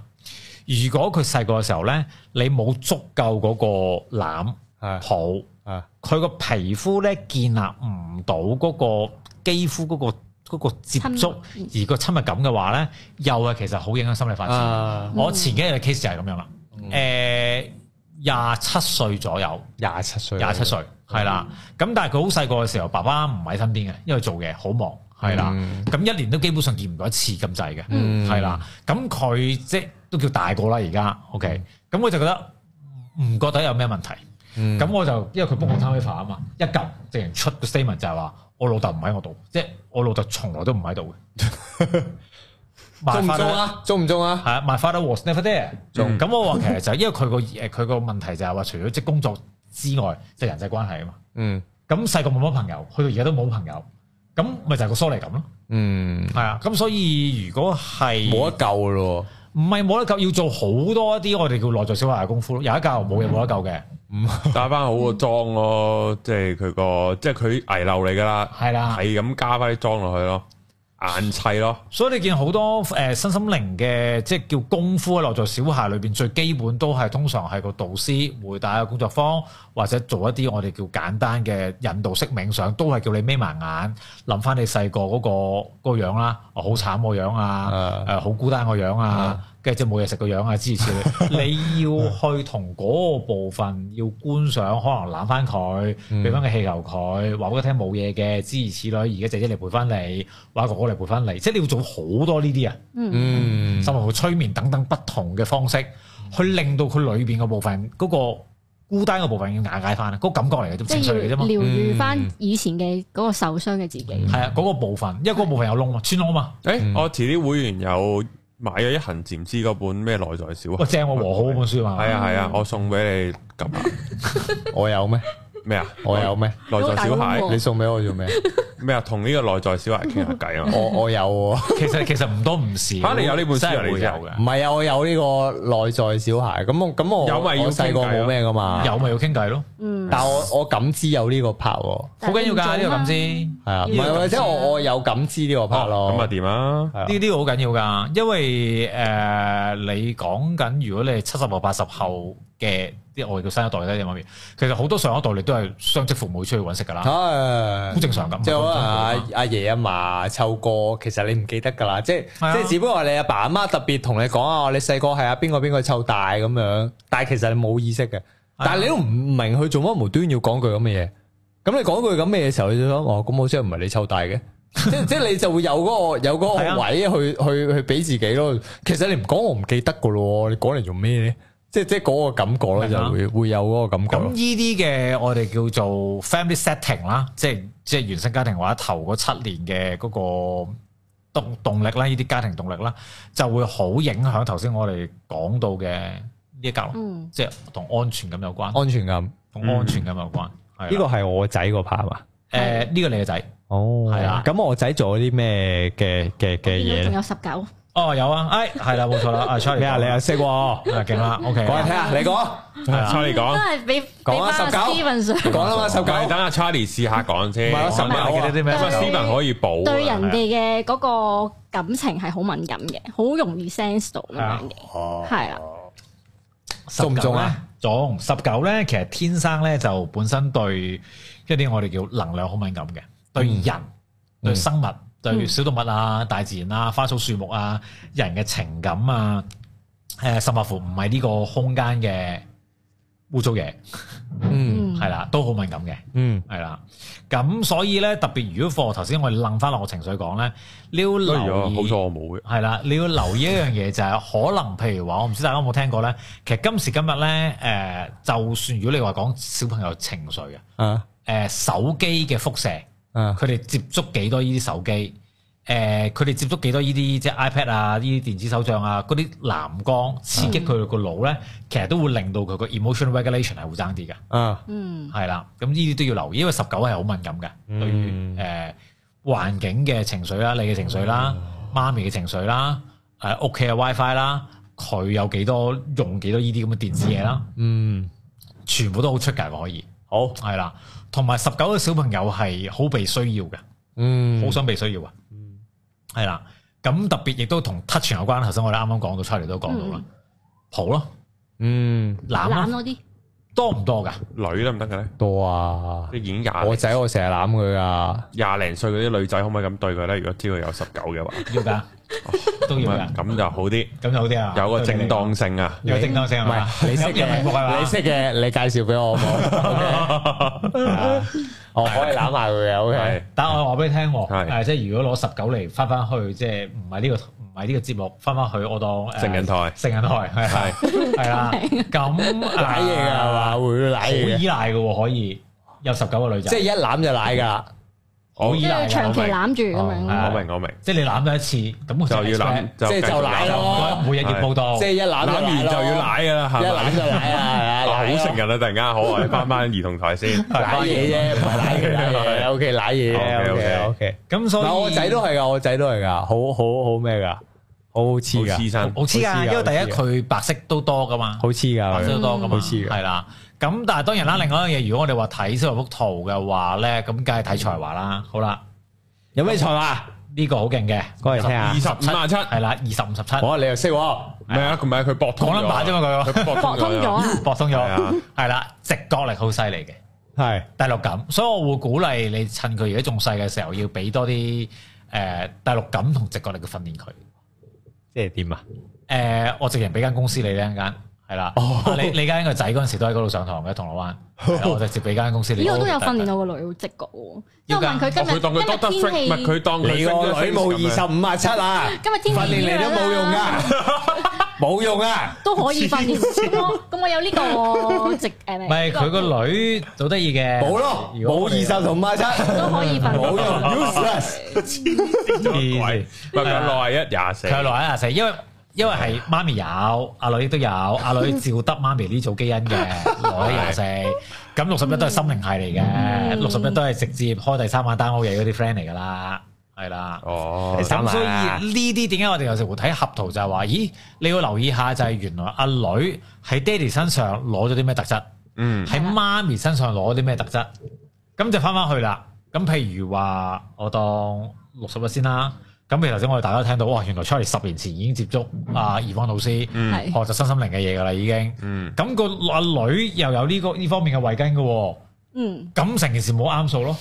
S4: 如果佢細個嘅時候咧，你冇足夠嗰個攬
S3: 係
S4: 抱，
S3: 啊，
S4: 佢個皮膚咧建立唔到嗰個肌膚嗰、個嗰個接觸，
S2: 親
S4: 而個親密感嘅話咧，又係其實好影響心理
S3: À,
S4: 發展。
S3: 啊，嗯
S4: 我前幾日嘅 case 就係咁樣啦。誒廿七歲左右，
S3: 廿七歲，
S4: 廿七歲係啦。咁但係佢好細個嘅時候，爸爸唔喺身邊嘅，因為做嘢好忙係啦。咁一年都基本上見唔到一次咁滯嘅，
S3: 嗯
S4: 係啦。咁佢即係都叫大個啦，而家 OK。咁我就覺得唔覺得有咩問題。
S3: 嗯，
S4: 咁我就因為佢 book 我 time waiver 啊嘛，一撳直情出個 statement 就係話我老豆唔喺我度，即係我老豆從來都唔喺度 嘅。
S3: 中唔
S4: My
S3: 中
S4: father-
S3: 啊？中唔中啊？
S4: 係啊，my father was never there。咁我話其實就係因為佢個誒佢個問題就係話，除咗即係工作之外，就係人際關係啊嘛。
S3: 嗯
S4: 咁細個冇乜朋友，去到而家都冇朋友，咁咪就係個疏離感咯。
S3: ừ. 嗯，
S4: 係啊，咁所以如果係
S3: 冇得救咯
S4: 唔係冇得救，要做好多一啲我哋叫內在小孩嘅功夫咯。有得救冇嘢冇得救嘅，
S1: 打翻好個裝咯，即係佢個即係佢危樓嚟噶啦，
S4: 係啦。
S1: 係咁加翻啲裝落去咯，硬砌咯，
S4: 所以你見好多誒、呃身心靈嘅即係叫功夫啊落在小孩裏邊，最基本都係通常係個導師會帶個工作坊，或者做一啲我哋叫簡單嘅引導式冥想，都係叫你眯埋眼，諗翻你細個嗰個嗰個樣啦，哦好慘個樣啊，誒
S3: 啊
S4: 好、孤單個樣啊，跟住即係冇嘢食個樣啊之如此 類。你要去同嗰個部分要觀賞，可能攬翻佢，
S1: 嗯
S4: 俾翻個氣球佢，話俾佢聽冇嘢嘅之如此類。而家姐姐嚟陪翻你。話哥哥嚟陪翻你，即係你要做好多呢啲啊，
S3: Ừ. 嗯
S4: 甚至乎催眠等等不同嘅方式，去令到佢裏邊嘅部分嗰、個孤單嘅部分要瓦解啊翻，嗰、個感覺嚟嘅啫，
S2: 即
S4: 情緒
S2: 係
S4: 嚟嘅
S2: 要
S4: 啫嘛，
S2: 療愈翻
S3: 嗯
S2: 以前嘅嗰個受傷嘅自己。
S4: 係啊，嗰、個部分，因為嗰個部分有窿嘛，啊穿窿嘛，
S1: 诶，我遲啲會員有買咗一行禪師嗰本咩內在小
S4: 喂
S1: 孩，
S4: 正喎和好嗰本書嘛，
S1: 係啊係啊，我送俾你咁啊
S3: 我有咩？
S1: 咩啊？
S3: 我有咩？
S1: 內在小孩
S2: 哦
S3: 你送俾我做咩？
S1: 咩啊？同呢個內在小孩傾下偈 啊嘛！
S3: 我我有喎，
S4: 其實其實唔多唔少，
S1: 嚇你有呢本書啊
S4: 真係
S1: 你
S4: 會
S1: 真係
S4: 有嘅
S3: 唔，係啊，我有呢個內在小孩。咁我咁我
S1: 有咪要
S3: 我細個
S1: 傾偈啊
S3: 冇咩噶嘛？
S4: 有咪要傾偈咯，
S2: 嗯，
S3: 但我我感知有呢個拍喎，
S4: 好緊要㗎呢個咁先，
S3: 係啊，唔
S4: 呢個
S3: 係
S4: 感
S3: 即係我我有感知呢個拍咯。
S1: 咁啊點啊？
S3: 係啊
S4: 呢啲好緊要㗎，因為誒、呃你講緊如果你係七十後八十後嘅啲我哋叫新一代咧，你媽咪，其實好多上一代你都係雙職父母出去揾食㗎啦。
S3: 唉
S4: 好正常㗎
S3: 即係可能
S4: 唔係咁
S3: 阿
S4: 辛苦
S3: 阿爺阿嫲湊個，其實你唔記得㗎啦，即係即
S4: 係啊
S3: 係只不過係你阿爸阿媽特別同你講啊，你細個係阿邊個邊個湊大咁樣，但係其實你冇意識嘅，但係你都唔明佢做乜無端要講句咁嘅嘢，咁你講句咁嘅嘢嘅時候，你就諗哦，咁好似唔係你湊大 嘅。即即係你就會有嗰、個有
S4: 係
S3: 嗰
S4: 啊
S3: 個位去去去俾自己咯。其實你唔講我唔記得噶咯，你講嚟做咩咧？即即係嗰個感覺咯，
S4: 明
S3: 就
S4: 啊
S3: 會會有嗰個感覺
S4: 咁
S3: 咯
S4: 呢。啲嘅我哋叫做 family setting 啦，即係即係原生家庭或者頭嗰七年嘅嗰個動動力啦，呢啲家庭動力啦，就會好影響頭先我哋講到嘅呢一格咯，
S2: 嗯
S4: 即係同安全感有關，
S3: 安全感呢
S4: 同安全感有關。呢
S3: 個係我仔個 part 嘛？
S4: 誒呢個你嘅仔。
S3: 哦，
S4: 係啊
S3: 咁我仔做咗啲咩嘅嘅嘅
S2: 見到
S3: 嘢
S2: 仲
S3: 咧？
S2: 有十九，
S4: 哦，有啊，哎，係啦，冇錯啦，啊，Charlie，
S3: 咩啊？你又識喎？
S4: 啊，勁啦，OK，
S3: 講嚟聽下，你講，
S4: 係啊
S1: Charlie
S2: 都
S1: 講，
S2: 係俾俾
S3: 講啊
S2: 翻阿
S3: 19
S2: Steven 上
S3: 講啦嘛， 十
S1: 喂
S3: 九
S1: 等阿 Charlie 試下講先。
S3: 唔係我十
S1: 咁
S3: 九啊
S1: 啊
S4: 我記得啲咩
S2: 但係
S4: 手
S2: 你
S1: Steven 可以補
S2: 對
S1: 啊。
S2: 人哋嘅嗰個感情係好敏感嘅，好容易 sense 到咁樣嘅，係啦，
S3: 中唔中啊？
S4: 中十九咧，其實天生咧就本身對一啲我哋叫能量好敏感嘅，對
S3: 嗯
S4: 人、對生物、對小動物啊、大自然啊、花草樹木啊、人嘅情感啊，誒，甚至乎唔係呢個空間嘅污糟嘢，
S3: 嗯
S2: 嗯，
S4: 係啦，都好敏感嘅。
S3: 嗯，
S4: 係啦，咁所以咧，特別如果課頭先我哋楞翻落個情緒講咧，你要
S1: 哎呀
S4: 留意
S1: 好彩我冇嘅。
S4: 係啦，你要留意一樣嘢就係、可能，譬如話，我唔知大家有冇聽過咧。其實今時今日咧，誒、就算如果你話講小朋友情緒啊，誒、
S3: 啊
S4: 手機嘅輻射，佢
S3: 啊，
S4: 哋接觸幾多呢啲手機，誒、佢哋接觸幾多呢啲即係 iPad 啊，呢啲電子手杖啊，嗰啲藍光刺激佢個腦咧，其實都會令到佢個 emotional regulation 係會爭啲嘅。
S3: 啊，
S2: 嗯，
S4: 係啦，咁呢啲都要留意，因為十九係好敏感嘅，
S3: 嗯
S4: 對於誒、環境嘅情緒啦、你嘅情緒啦、
S1: 嗯
S4: 媽咪嘅情緒啦、誒屋企嘅 WiFi 啦，佢有幾多用幾多呢啲咁嘅電子嘢啦，
S3: 嗯，
S4: 全部都好出格嘅可以，
S3: 好，
S4: 係啦，同埋十九嘅小朋友係好被需要嘅，
S3: 嗯，
S4: 好想被需要啊，
S1: 嗯
S4: 係啦，咁特別亦都同 touch 有關，頭先我哋啱啱講到出嚟都講
S1: 嗯
S4: 到啦，抱咯，
S3: 嗯，
S4: 攬
S2: 攬啊
S4: 咯，
S2: 多啲，
S4: 多唔多㗎？
S1: 女得唔得嘅咧？
S3: 多啊
S1: 你，已經廿
S3: 我仔我成日攬佢噶，
S1: 廿零歲嗰啲女仔可唔可以咁對佢咧？如果知道有十九嘅話，
S4: 要㗎，都要
S1: 咁
S4: 㗎
S1: 啊。咁就好啲，
S4: 咁就好啲啊，
S1: 有個正當性啊。
S4: 有正當性係
S3: 唔
S4: 嘛？
S3: 係你識
S4: 有名目係
S3: 嘅，
S4: 嘛
S3: 你識嘅，你介紹俾我好 冇？我可以攬下佢嘅
S1: 係
S3: ，OK，
S4: 但我話俾你聽喎，
S1: 係
S4: 誒即係如果攞十九嚟翻翻去，即係唔係呢個唔係呢個節目，翻翻去我當誒
S1: 成人台
S4: 成人台係啊
S1: 係
S4: 係啦，咁啊
S3: 舐嘢㗎係嘛，會
S4: 好
S3: 舐嘢嘅，
S4: 依賴嘅喎，可以有十九個女仔，
S3: 即係
S4: 即係
S3: 一攬就舐㗎啦，
S1: 我
S4: 好
S2: 即
S4: 依賴
S2: 係
S4: 㗎
S2: 長期攬住咁
S4: 係啊
S2: 樣，
S1: 我明我明，
S4: 即係你攬咗一次，咁佢
S1: 就要諗，
S4: expect，
S3: 即係
S1: 繼
S3: 就
S1: 續
S3: 奶
S1: 攬
S3: 咯
S4: 每日業報道，
S3: 即係一攬
S1: 攬
S3: 就
S1: 完
S3: 舐
S1: 就
S3: 咯
S1: 要奶噶啦，
S3: 一
S1: 係咪
S3: 攬？就奶啊，
S1: 啊
S3: 係啊，
S1: 好成人啦，突然間好，我哋翻翻兒童台先。
S3: 奶嘢啫，唔係奶嘢奶 嘢，OK，奶嘢啫，OK
S1: OK，OK
S3: OK。
S4: 咁所以
S3: 嗱，我仔都係噶，我仔都係噶，好好好咩噶，好好黐
S1: 好
S3: 噶，
S1: 黐身，
S4: 好黐
S3: 好黐
S4: 㗎，
S3: 㗎
S4: 因為第
S3: 好黐
S4: 一
S3: 㗎
S4: 佢白色都多㗎嘛。
S3: 好黐
S4: 白
S3: 噶佢，
S4: 色都多噶嘛，
S3: 啊好似嘅
S4: 啊
S3: 啊
S4: 係啦。咁但係當然啦，另外一樣嘢，如果我哋話睇小幅圖嘅話咧，咁梗係睇才華啦。好啦，
S3: 有咩才華？
S4: 呢個好勁嘅，
S3: 講嚟聽下
S1: 二。十五萬七，
S4: 係啦，二十五十七，
S3: 我你又識喎，
S1: 唔係啊，佢唔係佢博通
S4: 講
S1: 咗
S4: number 啫嘛佢
S1: 佢博
S2: 博通咗啊！
S4: 搏通
S1: 係啊
S4: 咗，係啦，直覺力好犀利嘅。
S3: 係
S4: 第六感，所以我會鼓勵你趁佢而家仲細嘅時候，要俾多啲誒、呃第六感同直覺力嘅訓練佢。誒、
S3: 即係點啊？
S4: 我直情俾間公司你呢間間，係啦，
S3: 哦
S4: 你你間個仔嗰陣時都喺嗰度上堂嘅銅 鑼灣，係啦我直接俾間公司你。
S2: 呢個都有訓練到個女好直覺喎，因為我問佢
S1: 哦佢當佢 Doctor
S2: 今
S1: Frank，
S2: 日
S1: 唔
S2: 今
S1: 係
S2: 日
S1: 佢當佢
S3: 你個女冇二十
S1: 25
S3: 五啊七啊，
S2: 天氣，今日天
S3: 訓
S2: 氣
S3: 練
S2: 點
S3: 嚟
S2: 樣
S3: 都
S2: 啦
S3: 冇用 噶，冇用啊！
S2: 都可以訓練。咁我咁我有呢個直誒
S4: 唔係佢
S2: 女
S4: 個女好得意嘅，
S3: 冇咯，
S4: 如果
S3: 冇
S4: 我
S3: 二
S4: 哋
S3: 十同五啊七，
S2: 都可以訓練。
S3: 冇用，useless。
S1: 咁樣鬼唔係佢有六廿一廿四，
S4: 佢有來一廿四，因為因為係媽咪有，阿女都有，阿女照得媽咪呢組基因嘅，來一廿四。咁六十一都係心靈系嚟嘅，六十一都係直接開第三晚單好嘢嗰啲 friend 嚟㗎啦，係啦。
S1: 哦
S3: 第，三
S4: 咁
S3: 晚
S4: 所以
S3: 啊
S4: 呢啲點解我哋有時會睇合圖就係話，咦，你要留意下就係原來阿女喺爹哋身上攞咗啲咩特質，
S1: 嗯，
S4: 喺媽咪身上攞啲咩特質，咁就翻翻去啦。咁譬如話，我當六十日先啦。咁譬如頭先我哋大家都聽到，哇，原來 Charlie 十年前已經接觸阿怡芳老師，
S1: 嗯，
S2: 係
S4: 學習身心靈嘅嘢噶啦，已經。
S1: 嗯，
S4: 咁、個阿女又有呢、個呢方面嘅慧根嘅喎。
S2: 嗯
S4: 咁成件事冇啱數咯。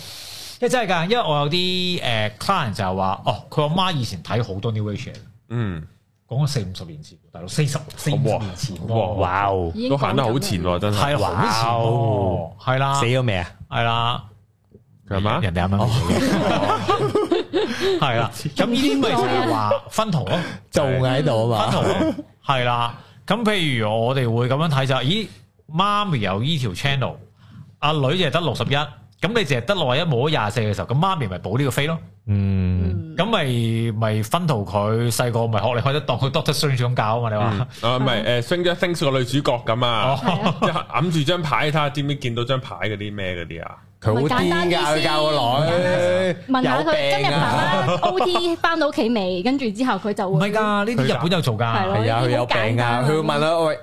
S4: 因為真係㗎，因為我有啲誒 client 就係話，哦，佢阿媽以前睇好多 New Age 嘅，
S1: 嗯，
S4: 講咗四五十年前，大佬四十四五十年前喎，
S1: 哇
S3: 哇哦，
S2: 已經
S1: 都行得好前
S2: 講
S1: 喎，真係。
S4: 係好前喎，係啦
S3: 死，咗未啊？
S4: 係啦，
S1: 佢係嘛？哦
S4: 人哋啱啱 係啦，咁呢啲咪就 係話 分圖咯，
S3: 仲喺度啊
S4: 分圖
S3: 嘛，
S4: 咯，係啦。咁譬如我哋會咁樣睇就係，咦，媽咪有呢條 channel，阿女就係得六十一，咁你淨係得六十一冇咗廿四嘅時候，咁媽咪咪補呢個飛咯。
S3: 嗯，
S2: 嗯
S4: 咁咪咪分圖佢細個咪學你開得當佢 Doctor Strange 咁搞啊嘛？你
S1: 嗯
S4: 話
S1: 啊，唔係誒，Stranger Things 個女主角咁啊，
S4: 哦，
S1: 即係揞住張牌睇下知唔知見到張牌嗰啲咩嗰啲啊？
S3: 佢好
S2: 咪簡
S3: 癲
S2: 單
S3: 㗎，
S2: 啲
S3: 佢教個女
S2: 問下
S3: 有
S2: 佢今
S3: 病
S2: 日
S3: 啊！
S2: 爸爸 OT 翻到屋企未？跟住之後佢就
S4: 唔
S2: 會
S4: 係㗎，呢啲日本有做
S2: 係
S4: 㗎，
S2: 咯
S3: 係啊，佢有
S2: 好簡
S3: 病啊！
S2: 單啊
S3: 佢會問啊，喂，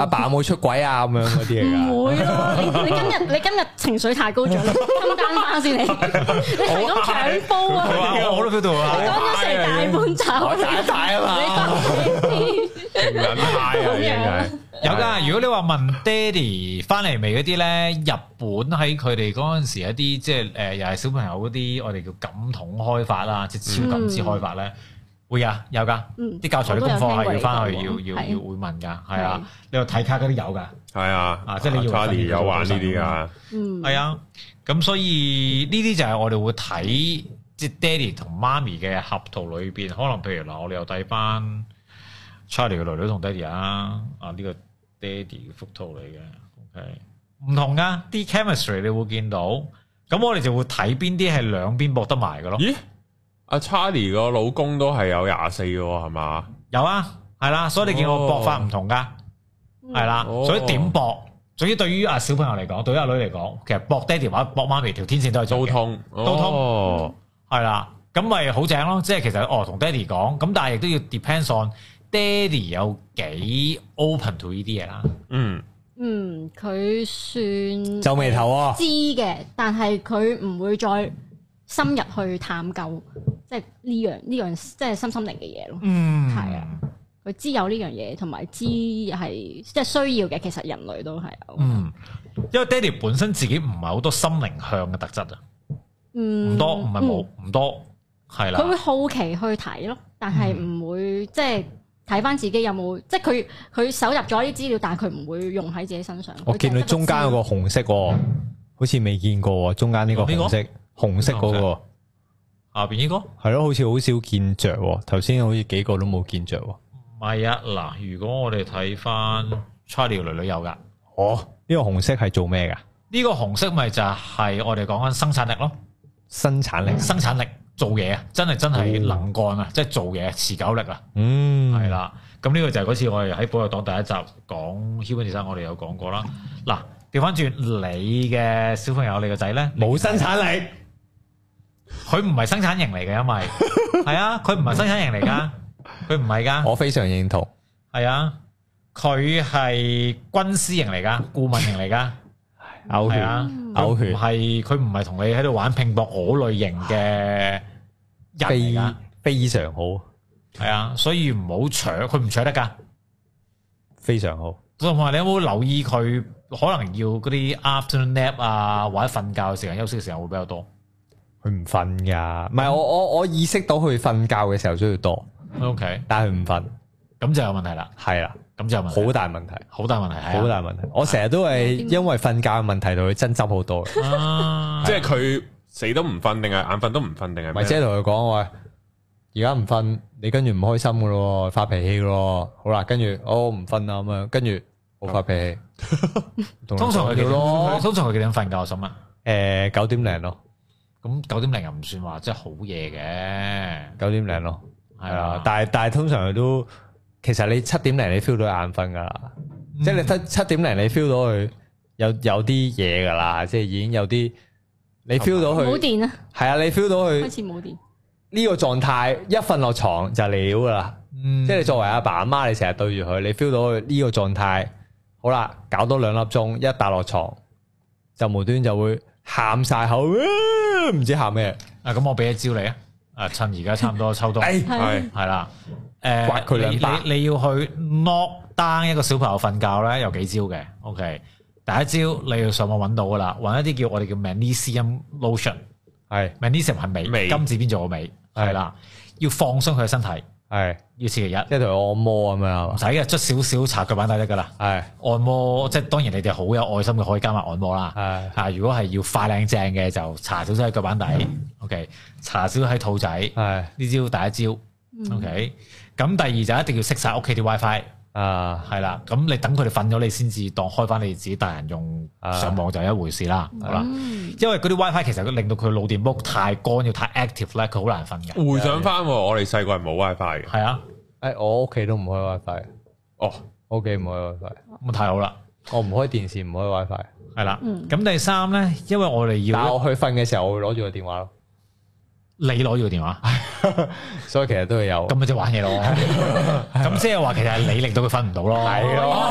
S3: 阿爸有冇出軌啊？咁樣嗰啲嚟㗎。
S2: 唔會咯，你你今日你今日情緒太高咗，你襟單翻先你，你係咁搶煲啊！
S4: 佢話我我都 feel 到
S2: 你
S4: 啊，
S2: 講咗成大
S3: 我
S2: 半集，
S3: 打大啊
S2: 你
S3: 嘛，
S2: 講
S1: 勁撚派啊，已經係
S4: 有㗎。如果你話問爹哋 翻嚟未嗰啲咧，日本喺佢哋嗰陣時一啲即係誒又係小朋友嗰啲，我哋叫感統開發啦，即係超感知開發咧，會㗎，有㗎。
S2: 嗯
S4: 啲教材啲功課係要翻去要要要
S2: 係
S4: 要會問㗎，係
S2: 係
S4: 啊。你話睇卡嗰啲有㗎。
S1: 係啊，
S4: 啊即係你要
S1: Charlie 有玩呢啲啊噶，
S2: 嗯，
S4: 係啊，咁所以呢啲就係我哋會睇即係爹哋同媽咪嘅合圖裏邊，可能譬如嗱，我哋又睇翻 Charlie 嘅女女同爹哋啊，啊呢、個爹哋幅圖嚟嘅，OK，唔同噶，啲 chemistry 你會見到，咁我哋就會睇邊啲係兩邊搏得埋嘅咯，
S1: 咦？阿 Charlie 個老公都係有廿四嘅喎，係嘛？
S4: 有啊，係啦，所以你見我搏法唔同噶，係啦、
S1: 哦
S4: 所以點搏？總之對於啊小朋友嚟講，對於阿女嚟講，其實搏爹哋或者搏媽咪條天線都係最
S1: 都
S4: 嘅
S1: 通，
S4: 都通
S1: 哦
S4: 係啦，咁咪好正咯。即係其實哦，同爹哋講，咁但係亦都要 depends on 爹哋有幾 open to 呢啲嘢啦。
S1: 嗯，
S2: 嗯，佢算
S3: 皺眉頭啊！
S2: 知嘅，但係佢唔會再深入去探究，即係呢樣呢樣即係心心靈嘅嘢咯。
S4: 嗯
S2: 係啊。佢知有呢樣嘢，同埋知係即係需要嘅。其實人類都係有，
S4: 嗯，因為爹哋本身自己唔係好多心靈向嘅特質啊，
S2: 嗯
S4: 唔多，唔係冇，唔多，係
S2: 嗯
S4: 啦
S2: 佢會。好奇去睇咯，但係唔會即係睇翻自己有冇，即係佢佢搜集咗啲資料，但係佢唔會用喺自己身上。
S3: 我見到中間有個紅色喎，好似未見過喎，中間呢個紅色，紅色嗰個
S4: 下邊呢個
S3: 係咯，好似好少見着喎。頭先好似幾個都冇見着喎。
S4: 唔係啊，嗱，如果我哋睇翻 Charlie 女女有噶，
S3: 哦，呢個紅色係做咩㗎？
S4: 呢個紅色咪就係我哋講緊生產力咯。
S3: 生產力。
S4: 生產力做嘢啊，真係真係能幹啊，即係做嘢持久力啊，
S3: 嗯，
S4: 係。啦。咁呢個就係嗰次我哋喺保育黨第一集講 human design，我哋有講過啦。嗱，調翻轉你嘅小朋友，你個仔咧，
S3: 冇生產力，
S4: 佢唔係生產型嚟嘅，因
S3: 哦
S4: 為係啊，佢唔係生產型嚟噶，佢唔係噶，
S3: 我非常認同。
S4: 係啊。佢係軍師型嚟噶，顧問型嚟噶，
S3: 嘔
S4: 係
S3: 血，
S4: 啊，
S3: 嘔
S4: 唔
S3: 血，
S4: 係佢唔係同你喺度玩拼搏嗰類型嘅人嚟
S3: 非
S4: 噶，
S3: 非常好，
S4: 係啊，所以唔好搶，佢唔搶得噶。
S3: 非常好。
S4: 同埋你有冇留意佢可能要嗰啲 afternoon nap 啊，或者瞓覺嘅時間、休息嘅時間會比較多。
S3: 佢唔瞓噶，唔係我我我意識到佢瞓覺嘅時候需要多，
S4: OK，
S3: 但係佢唔瞓，
S4: 咁就有問題啦，
S3: 係啦，
S4: 咁就有問題
S3: 好大問題，
S4: 好大問題，係啊
S3: 好大問題。我成日都係因為瞓覺嘅問題同佢爭執好多嘅，
S4: 啊，
S1: 即係佢死都唔瞓，定係眼瞓都唔瞓，定係
S3: 咪
S1: 咩
S3: 即係同佢講喂，而家唔瞓，你跟住唔開心噶咯，發脾氣噶咯，好啦，跟住哦唔瞓啦咁樣，跟住我發脾氣，同
S4: 通常佢
S3: 講
S4: 幾
S3: 咗
S4: 點
S3: 咯，
S4: 通常佢幾點瞓覺？我想問，
S3: 誒九點零咯，
S4: 咁九點零又唔算話即係好夜嘅，
S3: 九點零咯，
S4: 係
S3: 係啊
S4: 啊，，
S3: 但係但係通常佢都，其實你七點零你 feel 到眼瞓噶啦。
S4: 嗯
S3: 即係你得七點零，你 feel 到佢有有啲嘢㗎啦，即係已經有啲你 feel 到
S2: 冇
S3: 佢
S2: 電啊，
S3: 係啊，你 feel 到
S2: 開
S3: 佢
S2: 始冇電。
S3: 呢個狀態一瞓落床就嚟料㗎啦。
S4: 嗯
S3: 即係你作為阿爸阿媽，你成日對住佢，你 feel 到佢呢個狀態，好啦，搞多兩粒鐘，一笪落床就無端就會喊晒口，啊唔知喊咩，
S4: 啊，咁我俾一招你啊，啊，趁而家差 唔多秋冬，
S3: 哎
S1: 係
S2: 係
S4: 係啦，誒，
S3: 刮佢兩巴
S4: 你你你要去 knock down 一個小朋友瞓覺咧，有幾招嘅，OK。第一招你要上網揾到噶啦，揾一啲叫我哋叫 magnesium lotion，magnesium
S3: 係
S4: 係鎂，
S1: 鎂
S4: 金字邊做個鎂，係啦，要放鬆佢嘅身體，
S3: 係
S4: 要星期一
S3: 即係同佢按摩咁樣係
S4: 唔
S3: 嘛，
S4: 使嘅，捽少少搽腳板底得噶啦。
S3: 係
S4: 按摩即係當然你哋好有愛心嘅，可以加埋按摩啦。
S3: 係
S4: 啊，如果係要快靚正嘅，就搽少少喺腳板底，OK，搽少少喺肚仔，
S3: 係
S4: 呢招第一招，OK。咁第二就一定要熄晒屋企啲 WiFi，
S3: 啊
S4: 係啦。咁你等佢哋瞓咗，你先至當開翻你自己大人用
S3: 啊
S4: 上網就一回事啦。好啦，
S2: 嗯
S4: 因為嗰啲 WiFi 其實佢令到佢腦電波太乾要太 active 咧，佢好難瞓嘅。
S1: 回想翻，我哋細個係冇 WiFi 嘅。
S4: 係啊，
S3: 誒我屋企都唔開 WiFi，
S1: 哦，
S3: 屋企唔開 WiFi，
S4: 咁啊太好啦，
S3: 我唔開電視唔開 WiFi。
S4: 係啦。
S2: 嗯
S4: 咁第三咧，因為我哋
S3: 但
S4: 要
S3: 我去瞓嘅時候，我會攞住個電話咯，
S4: 你攞住個電話。
S3: 所以其實都係有
S4: 咁。咪即係玩 嘢咯。咁即係話其實係你令到佢瞓唔到咯。
S3: 係
S2: 哦，
S3: 咯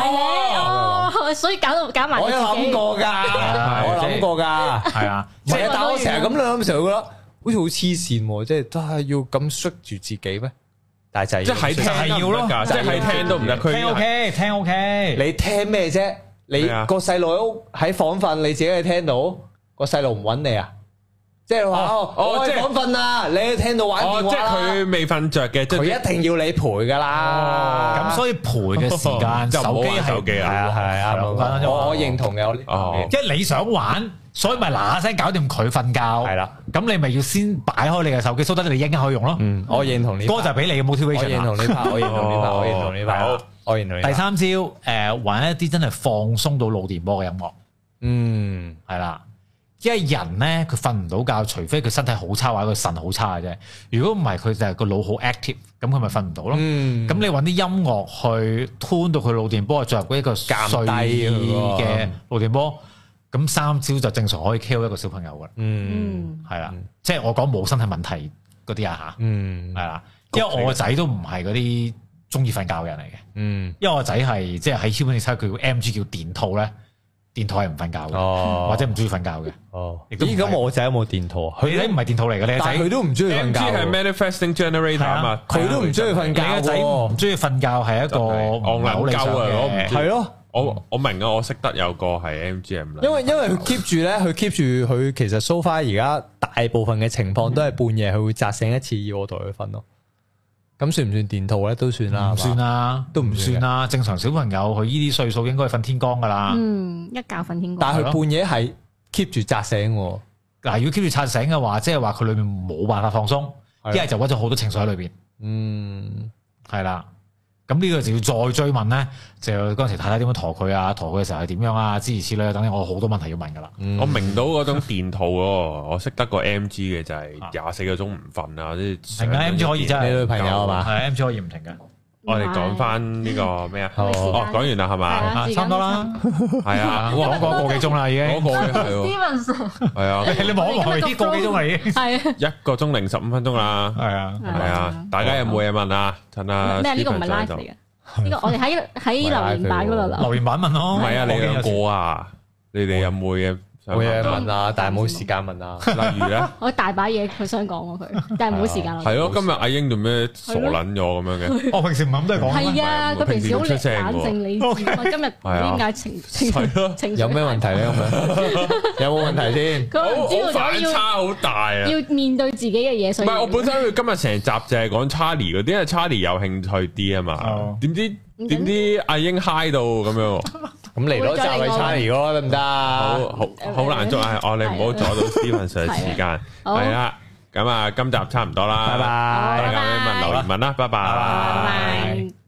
S2: 係你哦，所以搞到搞埋
S3: 我
S2: 你
S3: 有
S2: 自
S3: 諗
S2: 己。
S3: 過㗎，我有諗過㗎。
S4: 係啊，
S3: 唔係
S2: 係
S3: 啊，但我成日咁諗嘅時候，覺得好似好黐線喎，即係都係要咁縮住自己咩？但係
S1: 即
S3: 就
S1: 係喺
S3: 係
S1: 聽都
S4: 係要
S1: 唔得
S4: 咯
S1: 㗎即係喺聽都唔得。佢已哦經
S4: 聽
S1: 係
S4: OK，聽 OK。
S3: 你聽咩啫？你
S1: 咩啊
S3: 個細路喺屋喺房瞓，你自己係聽到個細路唔揾你啊？即係話
S1: 哦
S3: 哦，
S1: 哦
S3: 我
S1: 即係
S3: 喺房瞓啊，你喺聽到玩
S1: 哦，
S3: 電
S1: 即係
S3: 話啦。
S1: 佢未瞓着嘅，即
S3: 佢
S1: 係
S3: 一定要你陪㗎啦。
S4: 咁所以陪嘅時 間，
S1: 就唔好
S4: 手機
S1: 玩
S4: 係
S1: 手機
S3: 係
S1: 啊
S3: 啊係啊，
S4: 好簡單啫嘛
S3: 我我認同嘅，我呢
S1: 哦
S4: 即係你想玩，所以咪嗱嗱聲搞掂佢瞓覺。
S3: 係啦，
S4: 咁你咪要先擺開你嘅手機，所得你哋應可以用咯。
S3: 嗯，我認同呢
S4: 嗰個就係俾你嘅
S3: 我
S4: motivation
S3: 認
S4: 啦
S3: 同呢 part，我認同呢 part，我認同呢 part，
S1: 好
S3: 我認同呢 part。
S4: 第三招，誒玩一啲真係放鬆到腦電波嘅音樂，
S3: 嗯，
S4: 係啦。因為人咧，佢瞓唔到覺，除非佢身體好差或者佢腎好差嘅啫。如果唔係，佢就係個腦好 active，咁佢咪瞓唔到咯。
S3: 嗯，
S4: 咁你揾啲音樂去 tune 到佢腦電波，進入一個睡
S3: 減低佢
S4: 意
S3: 喎
S4: 嘅腦電波，咁三招就正常可以 kill 一個小朋友噶啦，
S3: 嗯
S2: 嗯，
S4: 係啦，即係我講冇身體問題嗰啲啊
S3: 嗯
S4: 吓，係啦，因為我個仔都唔係嗰啲中意瞓覺嘅人嚟嘅，
S3: 嗯，
S4: 因為我個仔係即係喺 human design 佢叫 M G 叫電套咧，電套係唔瞓覺嘅，
S3: 哦，
S4: 或者唔中意瞓覺嘅，
S3: 哦，
S4: 亦都唔
S3: 咦？
S4: 係
S3: 咁我仔有冇電圖啊？
S4: 佢你唔係電套嚟嘅，你個
S3: 但
S4: 仔
S3: 係佢都唔中意
S1: M
S3: 瞓
S1: G
S3: 覺
S1: 係
S3: 喎，
S1: manifesting generator 啊嘛，
S3: 佢都唔中意
S4: 你
S3: 瞓覺
S4: 個仔唔
S3: 喎，
S4: 中意瞓覺係一個唔係好理想
S1: 戇鳩啊我唔
S4: 嘅
S1: 知。
S3: 係咯，
S1: 我我明啊，我識得有個係 M G M 啦，
S3: 因為因為佢 keep 住咧，佢 keep 住佢其實 so far 而家大部分嘅情況都係半夜佢會扎醒一次，要我同佢瞓咯。咁算唔算電圖咧？都嗯算啦，
S4: 唔
S3: 係嘛
S4: 算啦，
S3: 都唔算
S4: 算啦。正常小朋友佢依啲歲數應該係瞓天光噶啦。
S2: 嗯，一覺瞓天光。
S3: 但係佢半夜係 keep 住扎醒喎，
S4: 嗱，如果 keep 住刷醒嘅話，即係話佢裏面冇辦法放鬆，
S3: 係啊
S4: 一係就屈咗好多情緒喺裏邊，
S3: 嗯，
S4: 係啦。咁呢個就要再追問咧，就嗰陣時太太點樣陀佢啊，陀佢嘅時候係點樣啊，諸如此類啊等等，我好多問題要問噶啦。
S3: 嗯
S1: 我明到嗰種電套咯，我識得個 M G 嘅就係廿四個鐘唔瞓啊，即係
S4: 係咪 M G 可以真
S3: 你
S4: 係啊
S3: 女朋友係嘛？
S4: 係 M G 可以唔停嘅，
S1: 我哋講翻呢個咩啊？
S3: 好
S1: 哦，講完啦係
S2: 係
S1: 嘛？
S2: 啊
S4: 啊，差唔多啦，
S1: 係啊，哇
S4: 講過個幾鐘啦已 經，
S1: 嗰個嘅係喎，
S2: 嗯 Stevenson
S1: 係啊，
S4: 你望一望佢啲個幾鐘啦已經，
S2: 係啊
S1: 一個鐘零十五分鐘啦，
S4: 係啊，
S1: 係啊，大家有冇嘢問啊？趁啊，
S2: 咩？呢個唔係
S1: 啊 Stephen 上喺
S2: live
S1: 度
S2: 嚟嘅，呢個我哋喺喺
S5: 唔係拉
S2: 留言版嗰度啦。
S4: 留言版問咯，
S1: 唔係啊，你
S4: 我見有
S1: 兩
S4: 時
S1: 個啊，你哋有冇嘢想
S5: 冇嘢
S1: 問
S5: 問啊，但係冇時間問啊。
S1: 例如咧，
S2: 我大把嘢佢想講喎佢，但係冇時間啦。
S1: 係啊咯，今日阿英做咩傻撚咗咁樣嘅？
S4: 我平時唔係咁都係講
S2: 係啊，
S1: 我
S2: 佢平時好
S1: 平時唔出聲
S2: 冷
S1: 喎
S2: 靜理智，我 今日
S1: 啊
S2: 唔知點解情情
S1: 係啊咯
S2: 情
S5: 有咩
S2: 緒
S5: 問題咧？咁 樣有冇問題先？
S2: 佢唔
S1: 好
S2: 知
S1: 好
S2: 道
S1: 反
S2: 咗要
S1: 差好大啊！
S2: 要面對自己嘅嘢，
S1: 唔
S2: 所以
S1: 係，我本身佢今日成集就係講 Charlie 嗰啲，因為 Charlie 有興趣啲啊嘛
S4: 哦。
S1: 點知
S2: 唔緊
S1: 點
S2: 要
S1: 知阿英 high 到咁樣喎，
S5: 咁嚟多集
S2: 會再
S5: 去
S2: 另外
S5: Charlie 咯，得唔得啊？
S1: 好好好難捉啊！我哋唔好阻到 Steven Sir 嘅時間，
S2: 好
S1: 係啦。咁啊，今集差唔多啦，
S5: 拜拜。
S1: 大家
S2: 拜拜
S1: 問留言問啦，拜拜
S2: 拜拜。